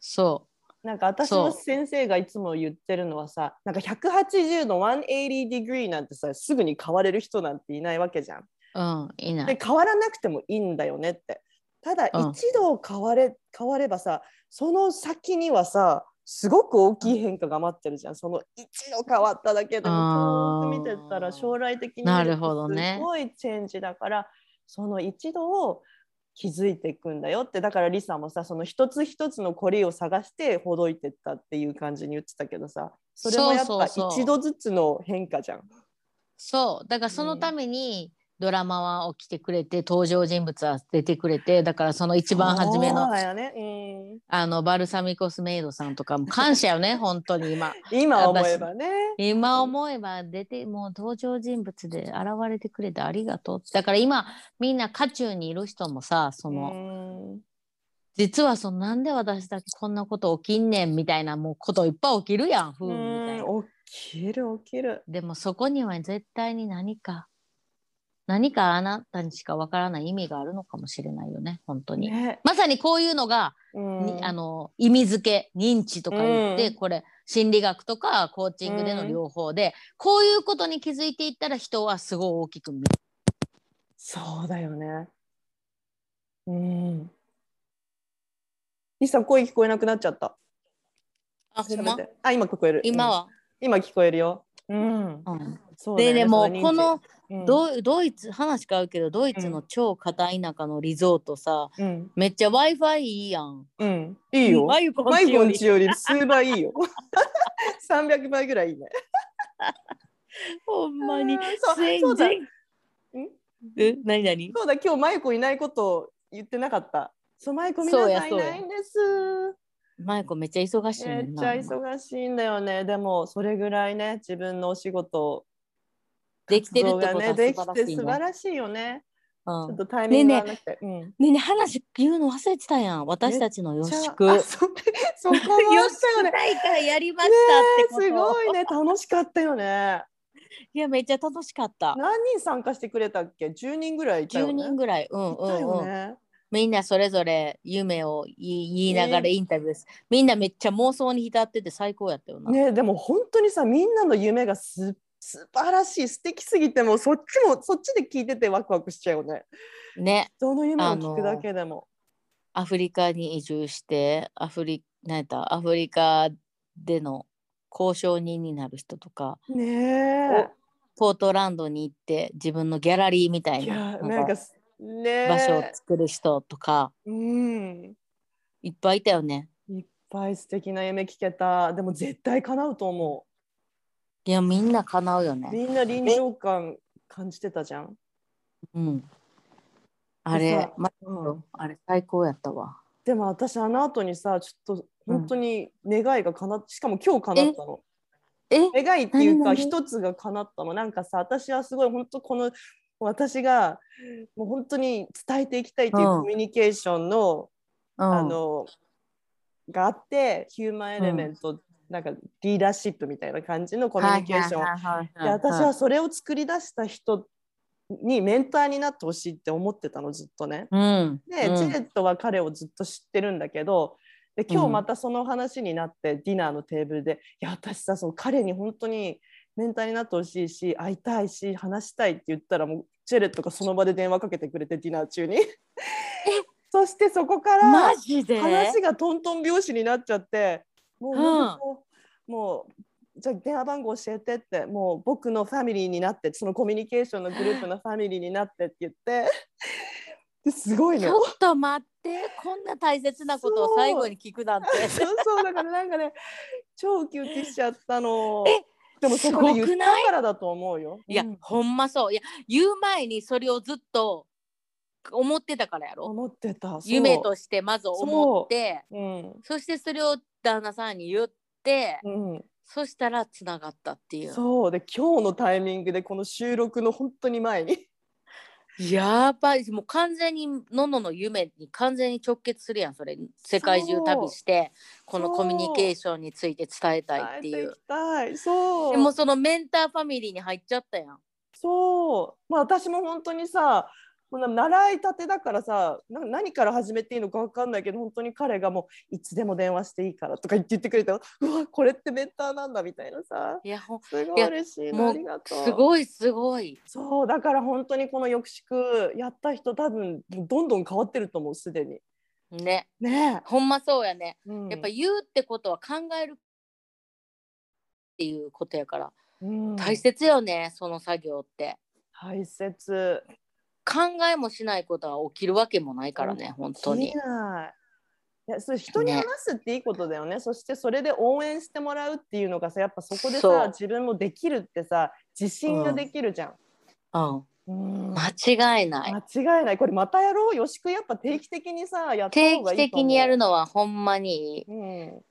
[SPEAKER 2] そ
[SPEAKER 1] なんか私
[SPEAKER 2] そう
[SPEAKER 1] の先生がいつも言ってるのはさなんか180度180ディグリーなんてさすぐに変われる人なんていないわけじゃん。
[SPEAKER 2] ううんいな
[SPEAKER 1] で
[SPEAKER 2] い
[SPEAKER 1] 変わらなくてもいいんだよねって。ただ
[SPEAKER 2] うん
[SPEAKER 1] 一度変われ、変わればさその先にはさすごく大きい変化が待ってるじゃんその一度変わっただけでも
[SPEAKER 2] あー
[SPEAKER 1] 遠く見てったら将来的に
[SPEAKER 2] なるほどね
[SPEAKER 1] すごいチェンジだからその一度を気づいていくんだよってだからリサもさその一つ一つのコリを探してほどいてったっていう感じに言ってたけどさそれもやっ
[SPEAKER 2] そう
[SPEAKER 1] ぱ
[SPEAKER 2] そうそう
[SPEAKER 1] 一度ずつの変化じゃん。
[SPEAKER 2] そうだからそのためにドラマは起きてくれて登場人物は出てくれてだからその一番初め
[SPEAKER 1] そう
[SPEAKER 2] の
[SPEAKER 1] やねうん
[SPEAKER 2] あのバルサミコスメイドさんとかも感謝よ ね本当に今
[SPEAKER 1] 今思えばね。
[SPEAKER 2] 今思えば出てもう登場人物で現れてくれてありがとうだから今みんな渦中にいる人もさその、
[SPEAKER 1] うん
[SPEAKER 2] 実はそのなんで私だけこんなこと起きんねんみたいなもうこといっぱい起きるやん不運みたいな。
[SPEAKER 1] うん起きる起きる。
[SPEAKER 2] でもそこには絶対に何か何かあなたにしかわからない意味があるのかもしれないよね本当に、
[SPEAKER 1] ね。
[SPEAKER 2] まさにこういうのが、に
[SPEAKER 1] に
[SPEAKER 2] あの意味付け認知とか言って、
[SPEAKER 1] うん
[SPEAKER 2] これ心理学とかコーチングでの両方で、こういうことに気づいていったら人はすごい大きく見え
[SPEAKER 1] そうだよね。うん。西さん声聞こえなくなっちゃった。
[SPEAKER 2] あ
[SPEAKER 1] 喋ってあ今聞こえる。
[SPEAKER 2] 今は、
[SPEAKER 1] うん。今聞こえるよ。うん。
[SPEAKER 2] うん
[SPEAKER 1] そうだよ
[SPEAKER 2] で
[SPEAKER 1] ね
[SPEAKER 2] でもこ、の
[SPEAKER 1] そ認知
[SPEAKER 2] ドイドイツ話変わるけどドイツの超片田舎のリゾートさ、
[SPEAKER 1] うんうん
[SPEAKER 2] めっちゃ w i f i いいやん。
[SPEAKER 1] うんいいよ。
[SPEAKER 2] マユコ
[SPEAKER 1] マイコ
[SPEAKER 2] ン
[SPEAKER 1] ン
[SPEAKER 2] チ
[SPEAKER 1] チ
[SPEAKER 2] よ
[SPEAKER 1] より数倍いいよ。 三百倍ぐらいいいね。
[SPEAKER 2] りほんまに
[SPEAKER 1] うんそう
[SPEAKER 2] 全
[SPEAKER 1] そうだ
[SPEAKER 2] 然
[SPEAKER 1] ん
[SPEAKER 2] え何何
[SPEAKER 1] そうだ今日マイコンいないことを言ってなかった。そうマイコン皆
[SPEAKER 2] そう
[SPEAKER 1] さ
[SPEAKER 2] や
[SPEAKER 1] んい
[SPEAKER 2] そうや
[SPEAKER 1] ないんです。
[SPEAKER 2] マユコめっちゃ忙しい
[SPEAKER 1] め
[SPEAKER 2] ね
[SPEAKER 1] っ
[SPEAKER 2] ん
[SPEAKER 1] ちゃ
[SPEAKER 2] な。
[SPEAKER 1] 忙しいんだよね。でもそれぐらいね自分のお仕事
[SPEAKER 2] できてるってこと
[SPEAKER 1] が
[SPEAKER 2] は
[SPEAKER 1] ね
[SPEAKER 2] 素
[SPEAKER 1] で
[SPEAKER 2] 晴
[SPEAKER 1] き
[SPEAKER 2] ら
[SPEAKER 1] て
[SPEAKER 2] しい
[SPEAKER 1] 素
[SPEAKER 2] ね
[SPEAKER 1] 晴。らしいよね。
[SPEAKER 2] う
[SPEAKER 1] ちょ
[SPEAKER 2] ん
[SPEAKER 1] っとタイミング
[SPEAKER 2] ね
[SPEAKER 1] が
[SPEAKER 2] え
[SPEAKER 1] なくて。うん。
[SPEAKER 2] ねえねえ話言うの忘れてたやん。私たちの予
[SPEAKER 1] じゃあ
[SPEAKER 2] 祝。
[SPEAKER 1] あそそ こもあったよね。
[SPEAKER 2] 大会やりまし
[SPEAKER 1] ね
[SPEAKER 2] たってこと。
[SPEAKER 1] すごいね楽しかったよね。
[SPEAKER 2] いやめっちゃ楽しかった。
[SPEAKER 1] 何人参加してくれたっけ？十人ぐらいいたよ
[SPEAKER 2] 10
[SPEAKER 1] ね。
[SPEAKER 2] 人ぐらい。うんう
[SPEAKER 1] いた
[SPEAKER 2] ん
[SPEAKER 1] よ
[SPEAKER 2] うん。
[SPEAKER 1] ね。
[SPEAKER 2] みんなそれぞれ夢を言い言いながら
[SPEAKER 1] ね
[SPEAKER 2] インタビューです。みんなめっちゃ妄想に浸ってて最高やったよな。
[SPEAKER 1] ねでも本当にさみんなの夢がす素晴らしい素敵すぎてもうそっちもそっちで聞いててワクワクしちゃうよね。
[SPEAKER 2] ね
[SPEAKER 1] 人の夢を聞くだけでも。
[SPEAKER 2] アフリカに移住してアフリなんやったアフリカでの交渉人になる人とか
[SPEAKER 1] ねえ。
[SPEAKER 2] ポートランドに行って自分のギャラリーみたい
[SPEAKER 1] いや
[SPEAKER 2] な
[SPEAKER 1] な
[SPEAKER 2] なん
[SPEAKER 1] んか
[SPEAKER 2] か
[SPEAKER 1] すね
[SPEAKER 2] 場所を作る人とか
[SPEAKER 1] うん
[SPEAKER 2] いっぱいいたよね。
[SPEAKER 1] いっぱい素敵な夢聞けたでも絶対叶うと思
[SPEAKER 2] いやみんな叶うよ
[SPEAKER 1] う
[SPEAKER 2] ね。
[SPEAKER 1] みんな臨場感感じてたじゃん
[SPEAKER 2] うん、あ
[SPEAKER 1] で
[SPEAKER 2] れ
[SPEAKER 1] さ、
[SPEAKER 2] ま
[SPEAKER 1] うん
[SPEAKER 2] あれ最高やったわ。
[SPEAKER 1] でも私あの後にさちょっと本当に願いが叶っしかも今日叶ったの
[SPEAKER 2] え
[SPEAKER 1] 願いっていうか
[SPEAKER 2] 何々
[SPEAKER 1] 一つが叶ったのなんかさ私はすごい本当この私がもう本当に伝えていきたいっていう
[SPEAKER 2] うん
[SPEAKER 1] コミュニケーションの、
[SPEAKER 2] うん、
[SPEAKER 1] あのがあってヒューマンエレメント、なんかリーダーシップみたいな感じのコミュニケーション、
[SPEAKER 2] はいはい
[SPEAKER 1] で
[SPEAKER 2] はいいい
[SPEAKER 1] 私はそれを作り出した人にメンターになってほしいって思ってたのずっとね。
[SPEAKER 2] うん、
[SPEAKER 1] で、
[SPEAKER 2] うん
[SPEAKER 1] チェレットは彼をずっと知ってるんだけどで今日またその話になって、ディナーのテーブルでいや私さその彼に本当にメンターになってほしいし会いたいし話したいって言ったらもうチェレットがその場で電話かけてくれてディナー中に。 そしてそこから
[SPEAKER 2] マジで
[SPEAKER 1] 話がトントン拍子になっちゃってもう,、もうじゃあ電話番号教えてってもう僕のファミリーになってそのコミュニケーションのグループのファミリーになってって言って ですごい
[SPEAKER 2] ち
[SPEAKER 1] ね。
[SPEAKER 2] ょっと待ってこんな大切なことを最後に聞くなんて。
[SPEAKER 1] そうそうだからなんかね超ウキウキしちゃったの
[SPEAKER 2] え。
[SPEAKER 1] でもそこです
[SPEAKER 2] ご
[SPEAKER 1] 言
[SPEAKER 2] く
[SPEAKER 1] っ
[SPEAKER 2] な
[SPEAKER 1] た
[SPEAKER 2] い
[SPEAKER 1] からだと思うよ。
[SPEAKER 2] いや、
[SPEAKER 1] うん
[SPEAKER 2] ほんまそういや言う前にそれをずっと思ってたからやろ
[SPEAKER 1] 思ってた。そう
[SPEAKER 2] 夢としてまず思って
[SPEAKER 1] うん
[SPEAKER 2] そしてそれを旦那さんに言って、
[SPEAKER 1] うん、
[SPEAKER 2] そしたらつながったっていう
[SPEAKER 1] そうで今日のタイミングでこの収録の本当に前に
[SPEAKER 2] やばいもう完全にののの夢に完全に直結するやんそれ世界中旅してこのコミュニケーションについて伝えたいって い
[SPEAKER 1] 伝えて
[SPEAKER 2] う
[SPEAKER 1] きたいそう
[SPEAKER 2] でもそのメンターファミリーに入っちゃったやん
[SPEAKER 1] そう、まあ、私も本当にさもうな習いたてだからさな何から始めていいのか分かんないけど本当に彼がもういつでも電話していいからとか言って言ってくれたらうわこれってメンターなんだみたいなさ
[SPEAKER 2] いやほん
[SPEAKER 1] すご
[SPEAKER 2] い
[SPEAKER 1] い
[SPEAKER 2] や
[SPEAKER 1] 嬉しい
[SPEAKER 2] も
[SPEAKER 1] な
[SPEAKER 2] う
[SPEAKER 1] ありがとう
[SPEAKER 2] すごいすごい
[SPEAKER 1] そうだから本当にこの「よくしく」やった人多分もうどんどん変わってると思うすでに
[SPEAKER 2] ね
[SPEAKER 1] ね
[SPEAKER 2] ほんまそうやね
[SPEAKER 1] え、うん
[SPEAKER 2] やっぱ言うってことは考えるっていうことやから、
[SPEAKER 1] うん
[SPEAKER 2] 大切よねその作業って
[SPEAKER 1] 大切
[SPEAKER 2] 考えもしないことは起きるわけもないからね本当
[SPEAKER 1] で
[SPEAKER 2] に
[SPEAKER 1] きないいやそう人に
[SPEAKER 2] ね
[SPEAKER 1] 話すっていいことだよねそしてそれで応援してもらうっていうのがさやっぱそこで
[SPEAKER 2] そう
[SPEAKER 1] さ自分もできるってさ自信ができるじゃん、
[SPEAKER 2] うん
[SPEAKER 1] うん
[SPEAKER 2] 間違いない。
[SPEAKER 1] 間違いないこれまたやろうよしくやっぱ定期的にさやった
[SPEAKER 2] 定
[SPEAKER 1] 方が
[SPEAKER 2] 期
[SPEAKER 1] いいと思う
[SPEAKER 2] 的にやるのはほんまにいい。
[SPEAKER 1] うん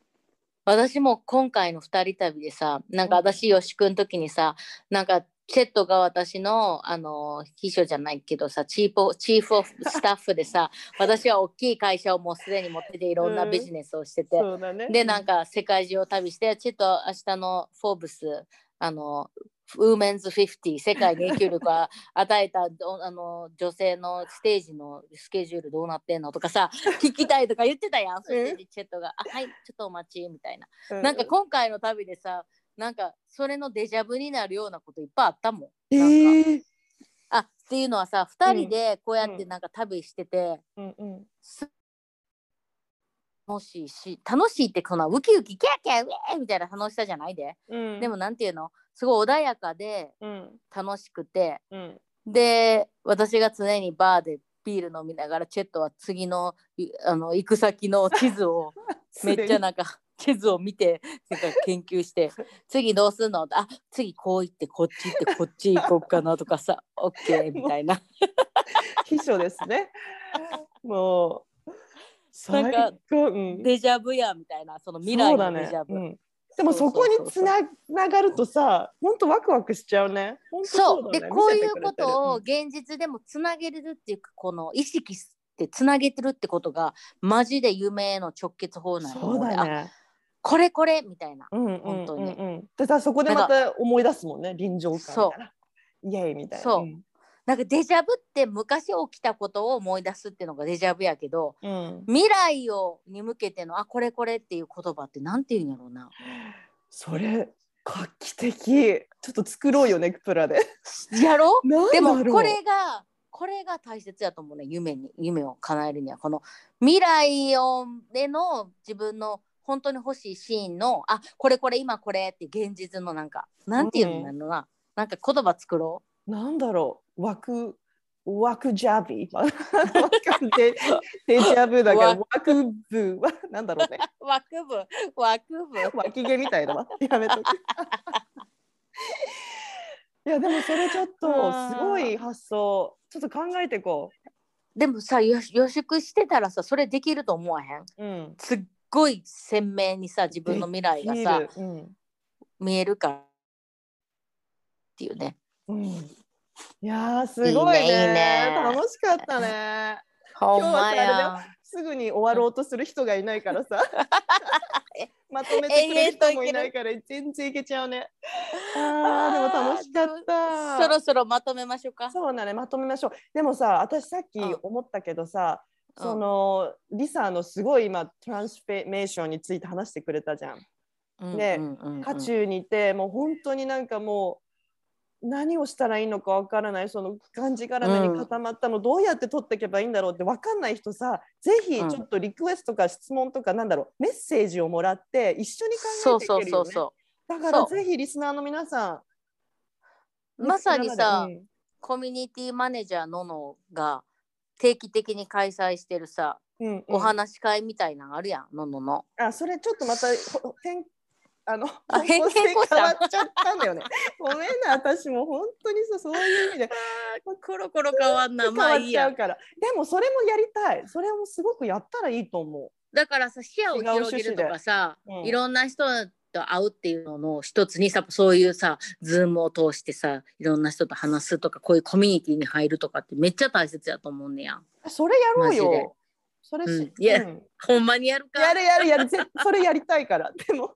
[SPEAKER 2] 私も今回の二人旅でさなんか私よしくん時にさなんかチェットが私のあの秘書じゃないけどさチーフチーフオフスタッフで さ私は大きい会社をもうすでに持ってていろんなビジネスをしてて、
[SPEAKER 1] そうだね
[SPEAKER 2] でなんか世界中を旅してちょっと明日の「フォーブス」あのウーメンズ50世界に影響力を与えたど あの女性のステージのスケジュールどうなってんのとか さ聞きたいとか言ってたやんそしてチェットが「あはいちょっとお待ち」みたいな、
[SPEAKER 1] う
[SPEAKER 2] なんか今回の旅でさなんかそれのデジャブになるようなこといっぱいあったもん。
[SPEAKER 1] え
[SPEAKER 2] なんか
[SPEAKER 1] ー
[SPEAKER 2] あっていうのはさ2人でこうやってなんか旅してて、
[SPEAKER 1] うんうん
[SPEAKER 2] す楽しいし楽しいってこのウキウキキャーキャーウェーみたいな楽しさじゃないで、
[SPEAKER 1] うん
[SPEAKER 2] でもなんていうのすごい穏やかで
[SPEAKER 1] うん
[SPEAKER 2] 楽しくて
[SPEAKER 1] うん
[SPEAKER 2] で私が常にバーでビール飲みながらチェットは次のいあの行く先の地 図をめっちゃなんか地図を見てなんか研究して次どうすんのあ次こう行ってこっち行ってこっち行こうかなとかさ OK みた いな
[SPEAKER 1] 秘書です ねもう
[SPEAKER 2] な
[SPEAKER 1] 最
[SPEAKER 2] んか
[SPEAKER 1] 高うん
[SPEAKER 2] デジャブやみたいなその未来のデジャブ。
[SPEAKER 1] そうだねうんでもそこにつながるとさ、本当ワクワクしちゃうね。ほんと
[SPEAKER 2] そう
[SPEAKER 1] だ
[SPEAKER 2] で
[SPEAKER 1] ね
[SPEAKER 2] こういうことを、
[SPEAKER 1] 見
[SPEAKER 2] 現実でもつなげれるっていうかこの意識してつなげてるってことがマジで夢への直結法
[SPEAKER 1] せ
[SPEAKER 2] な
[SPEAKER 1] てく
[SPEAKER 2] の
[SPEAKER 1] れてるうんそうだね。
[SPEAKER 2] これこれみたいな
[SPEAKER 1] うんうん
[SPEAKER 2] 本当に
[SPEAKER 1] うんうん。でさそこでまた思い出すもんね臨場感みたい
[SPEAKER 2] そ
[SPEAKER 1] な。イエイみたいな。
[SPEAKER 2] そう
[SPEAKER 1] うん
[SPEAKER 2] なんかデジャブって昔起きたことを思い出すっていうのがデジャブやけど
[SPEAKER 1] うん。
[SPEAKER 2] 未来をに向けてのあこれこれっていう言葉ってなんて言うんやろうな
[SPEAKER 1] それ画期的。ちょっと作ろうよネクプラで。
[SPEAKER 2] やろ
[SPEAKER 1] なん
[SPEAKER 2] で
[SPEAKER 1] だろう
[SPEAKER 2] もこれがこれが大切やと思うね夢に夢を叶えるにはこの未来をでの自分の本当に欲しいシーンのあこれこれ今これって現実のなんかなんていうの
[SPEAKER 1] うん
[SPEAKER 2] なのな、なんか言葉作ろう
[SPEAKER 1] なんだろうワクワクジャビ。 ワクデデジャブだけど
[SPEAKER 2] ワ
[SPEAKER 1] ワクブは なんだろうね。
[SPEAKER 2] 枠部枠部
[SPEAKER 1] 脇毛みたいだわ。やめとく。 いやでもそれちょっとすごい発想。ちょっと考えていこ
[SPEAKER 2] でもさよし予祝してたらさそれできると思わへん
[SPEAKER 1] う。うん。
[SPEAKER 2] すっごい鮮明にさ自分の未来がさ
[SPEAKER 1] ヒール
[SPEAKER 2] 見えるからっていうね
[SPEAKER 1] うん。うん。いやーすごいね
[SPEAKER 2] いいねいいね
[SPEAKER 1] 楽しかったね。
[SPEAKER 2] ほ
[SPEAKER 1] んまやすぐに終わろうとする人がいないから さ。まとめてくれる人もいないから全然いけちゃうね。あーでも楽しかった。
[SPEAKER 2] そろそろまとめましょうか。
[SPEAKER 1] そうだねまとめましょうでもさ私さっき
[SPEAKER 2] うん
[SPEAKER 1] 思ったけどさ、
[SPEAKER 2] うん
[SPEAKER 1] そのリサのすごい今トランスフェメーションについて話してくれたじゃん。ね
[SPEAKER 2] うんうんうんうん
[SPEAKER 1] 渦中にいてもう本当になんかもう何をしたらいいのかわからないその感じ体に固まったの、どうやって取っていけばいいんだろうってわかんない人さぜひち
[SPEAKER 2] う
[SPEAKER 1] ょ
[SPEAKER 2] ん
[SPEAKER 1] っとリクエストか質問とかなんだろうメッセージをもらって一緒に
[SPEAKER 2] そ
[SPEAKER 1] 考
[SPEAKER 2] う
[SPEAKER 1] えてい
[SPEAKER 2] そう
[SPEAKER 1] ける
[SPEAKER 2] そ
[SPEAKER 1] よ
[SPEAKER 2] う
[SPEAKER 1] ね。
[SPEAKER 2] そ
[SPEAKER 1] だから
[SPEAKER 2] そう
[SPEAKER 1] ぜひリスナーの皆さん
[SPEAKER 2] う。まさにさ、
[SPEAKER 1] うん
[SPEAKER 2] コミュニティマネージャーののが定期的に開催してるさ、
[SPEAKER 1] うんうん
[SPEAKER 2] お話し会みたいなのあるやん、ののの。
[SPEAKER 1] あ、それちょっとまた、ほ変、あの、
[SPEAKER 2] あ変
[SPEAKER 1] 方向性
[SPEAKER 2] 変更した
[SPEAKER 1] 変わっちゃったんだ よね。ごめんな、私も本当にさ、そういう意味で
[SPEAKER 2] コロコロ変わんな、
[SPEAKER 1] 変
[SPEAKER 2] まあ
[SPEAKER 1] わ
[SPEAKER 2] い
[SPEAKER 1] っ
[SPEAKER 2] い
[SPEAKER 1] ちゃ
[SPEAKER 2] や
[SPEAKER 1] う。から。でも、それもやりたい。それもすごくやったらいいと思
[SPEAKER 2] だからさ、視野を広げるとかさ、
[SPEAKER 1] 違う趣旨でうん
[SPEAKER 2] いろんな人と会うっていうのの一つにさ、そういうさ、ズームを通してさ、いろんな人と話すとか、こういうコミュニティに入るとかってめっちゃ大切やと思うねやん。
[SPEAKER 1] う。それやろう
[SPEAKER 2] マジで
[SPEAKER 1] よ。それし、
[SPEAKER 2] うんいや
[SPEAKER 1] うん
[SPEAKER 2] ほんまにやるか。
[SPEAKER 1] やるやるやる、ぜそれやりたいから。でも、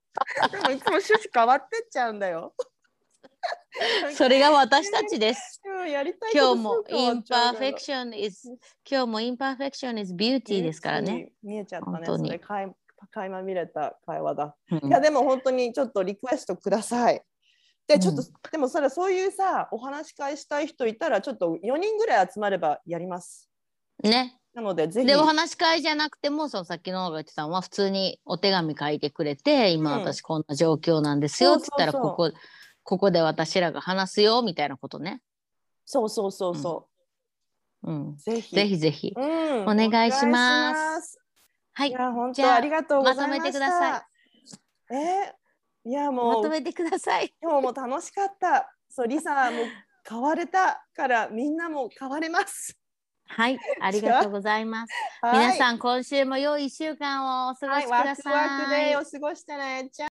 [SPEAKER 1] でもいつも趣旨変わってっちゃうんだよ。
[SPEAKER 4] それが私たちです。
[SPEAKER 1] うんやりたいこ
[SPEAKER 4] 今
[SPEAKER 1] と
[SPEAKER 4] 日も
[SPEAKER 1] すぐ変
[SPEAKER 4] イ
[SPEAKER 1] わっ
[SPEAKER 4] ン
[SPEAKER 1] ちゃ
[SPEAKER 4] パー
[SPEAKER 1] うか
[SPEAKER 4] フ
[SPEAKER 1] ら
[SPEAKER 4] ェクション is 今日もインパーフェクション is beauty ですからね。。
[SPEAKER 1] 見えちゃったね。
[SPEAKER 4] 本当
[SPEAKER 1] そ
[SPEAKER 4] に
[SPEAKER 1] れ、かい、垣間見れた会話だ。
[SPEAKER 4] うん
[SPEAKER 1] いやでも本当にちょっとリクエストください。でちょっと、でもそれそういうさお話し会したい人いたらちょっと4人ぐらい集まればやります。
[SPEAKER 4] ね。
[SPEAKER 1] なのでぜひ
[SPEAKER 4] でお話し会じゃなくてもそのさっきの方が言ってたのは普通にお手紙書いてくれて今
[SPEAKER 1] うん
[SPEAKER 4] 私こんな状況なんですよ
[SPEAKER 1] そ
[SPEAKER 4] っ
[SPEAKER 1] う
[SPEAKER 4] つ
[SPEAKER 1] そ
[SPEAKER 4] っ
[SPEAKER 1] う
[SPEAKER 4] たら
[SPEAKER 1] そう
[SPEAKER 4] ここここで私らが話すよみたいなことね。
[SPEAKER 1] そうそうそうそ
[SPEAKER 4] うん
[SPEAKER 1] う。。ぜひ
[SPEAKER 4] ぜひぜひ。
[SPEAKER 1] うん
[SPEAKER 4] お願いします
[SPEAKER 1] お願いします。
[SPEAKER 4] はい
[SPEAKER 1] いや本
[SPEAKER 4] じ
[SPEAKER 1] 当
[SPEAKER 4] ゃあ
[SPEAKER 1] ありがとうございま
[SPEAKER 4] ま
[SPEAKER 1] した。
[SPEAKER 4] とめてくださ
[SPEAKER 1] い。えいや
[SPEAKER 4] ま
[SPEAKER 1] もう
[SPEAKER 4] とめてください。
[SPEAKER 1] 今日も楽しかった。そうリサも変われたからみんなも変われます。
[SPEAKER 2] はい、ありがとうございます。皆さん、今週も良い一週間をお過ご
[SPEAKER 1] は
[SPEAKER 2] し
[SPEAKER 1] い、
[SPEAKER 2] く
[SPEAKER 1] はい、ワ
[SPEAKER 2] だ
[SPEAKER 1] ク
[SPEAKER 2] さい。
[SPEAKER 1] ワクでお過ごしたらえちゃん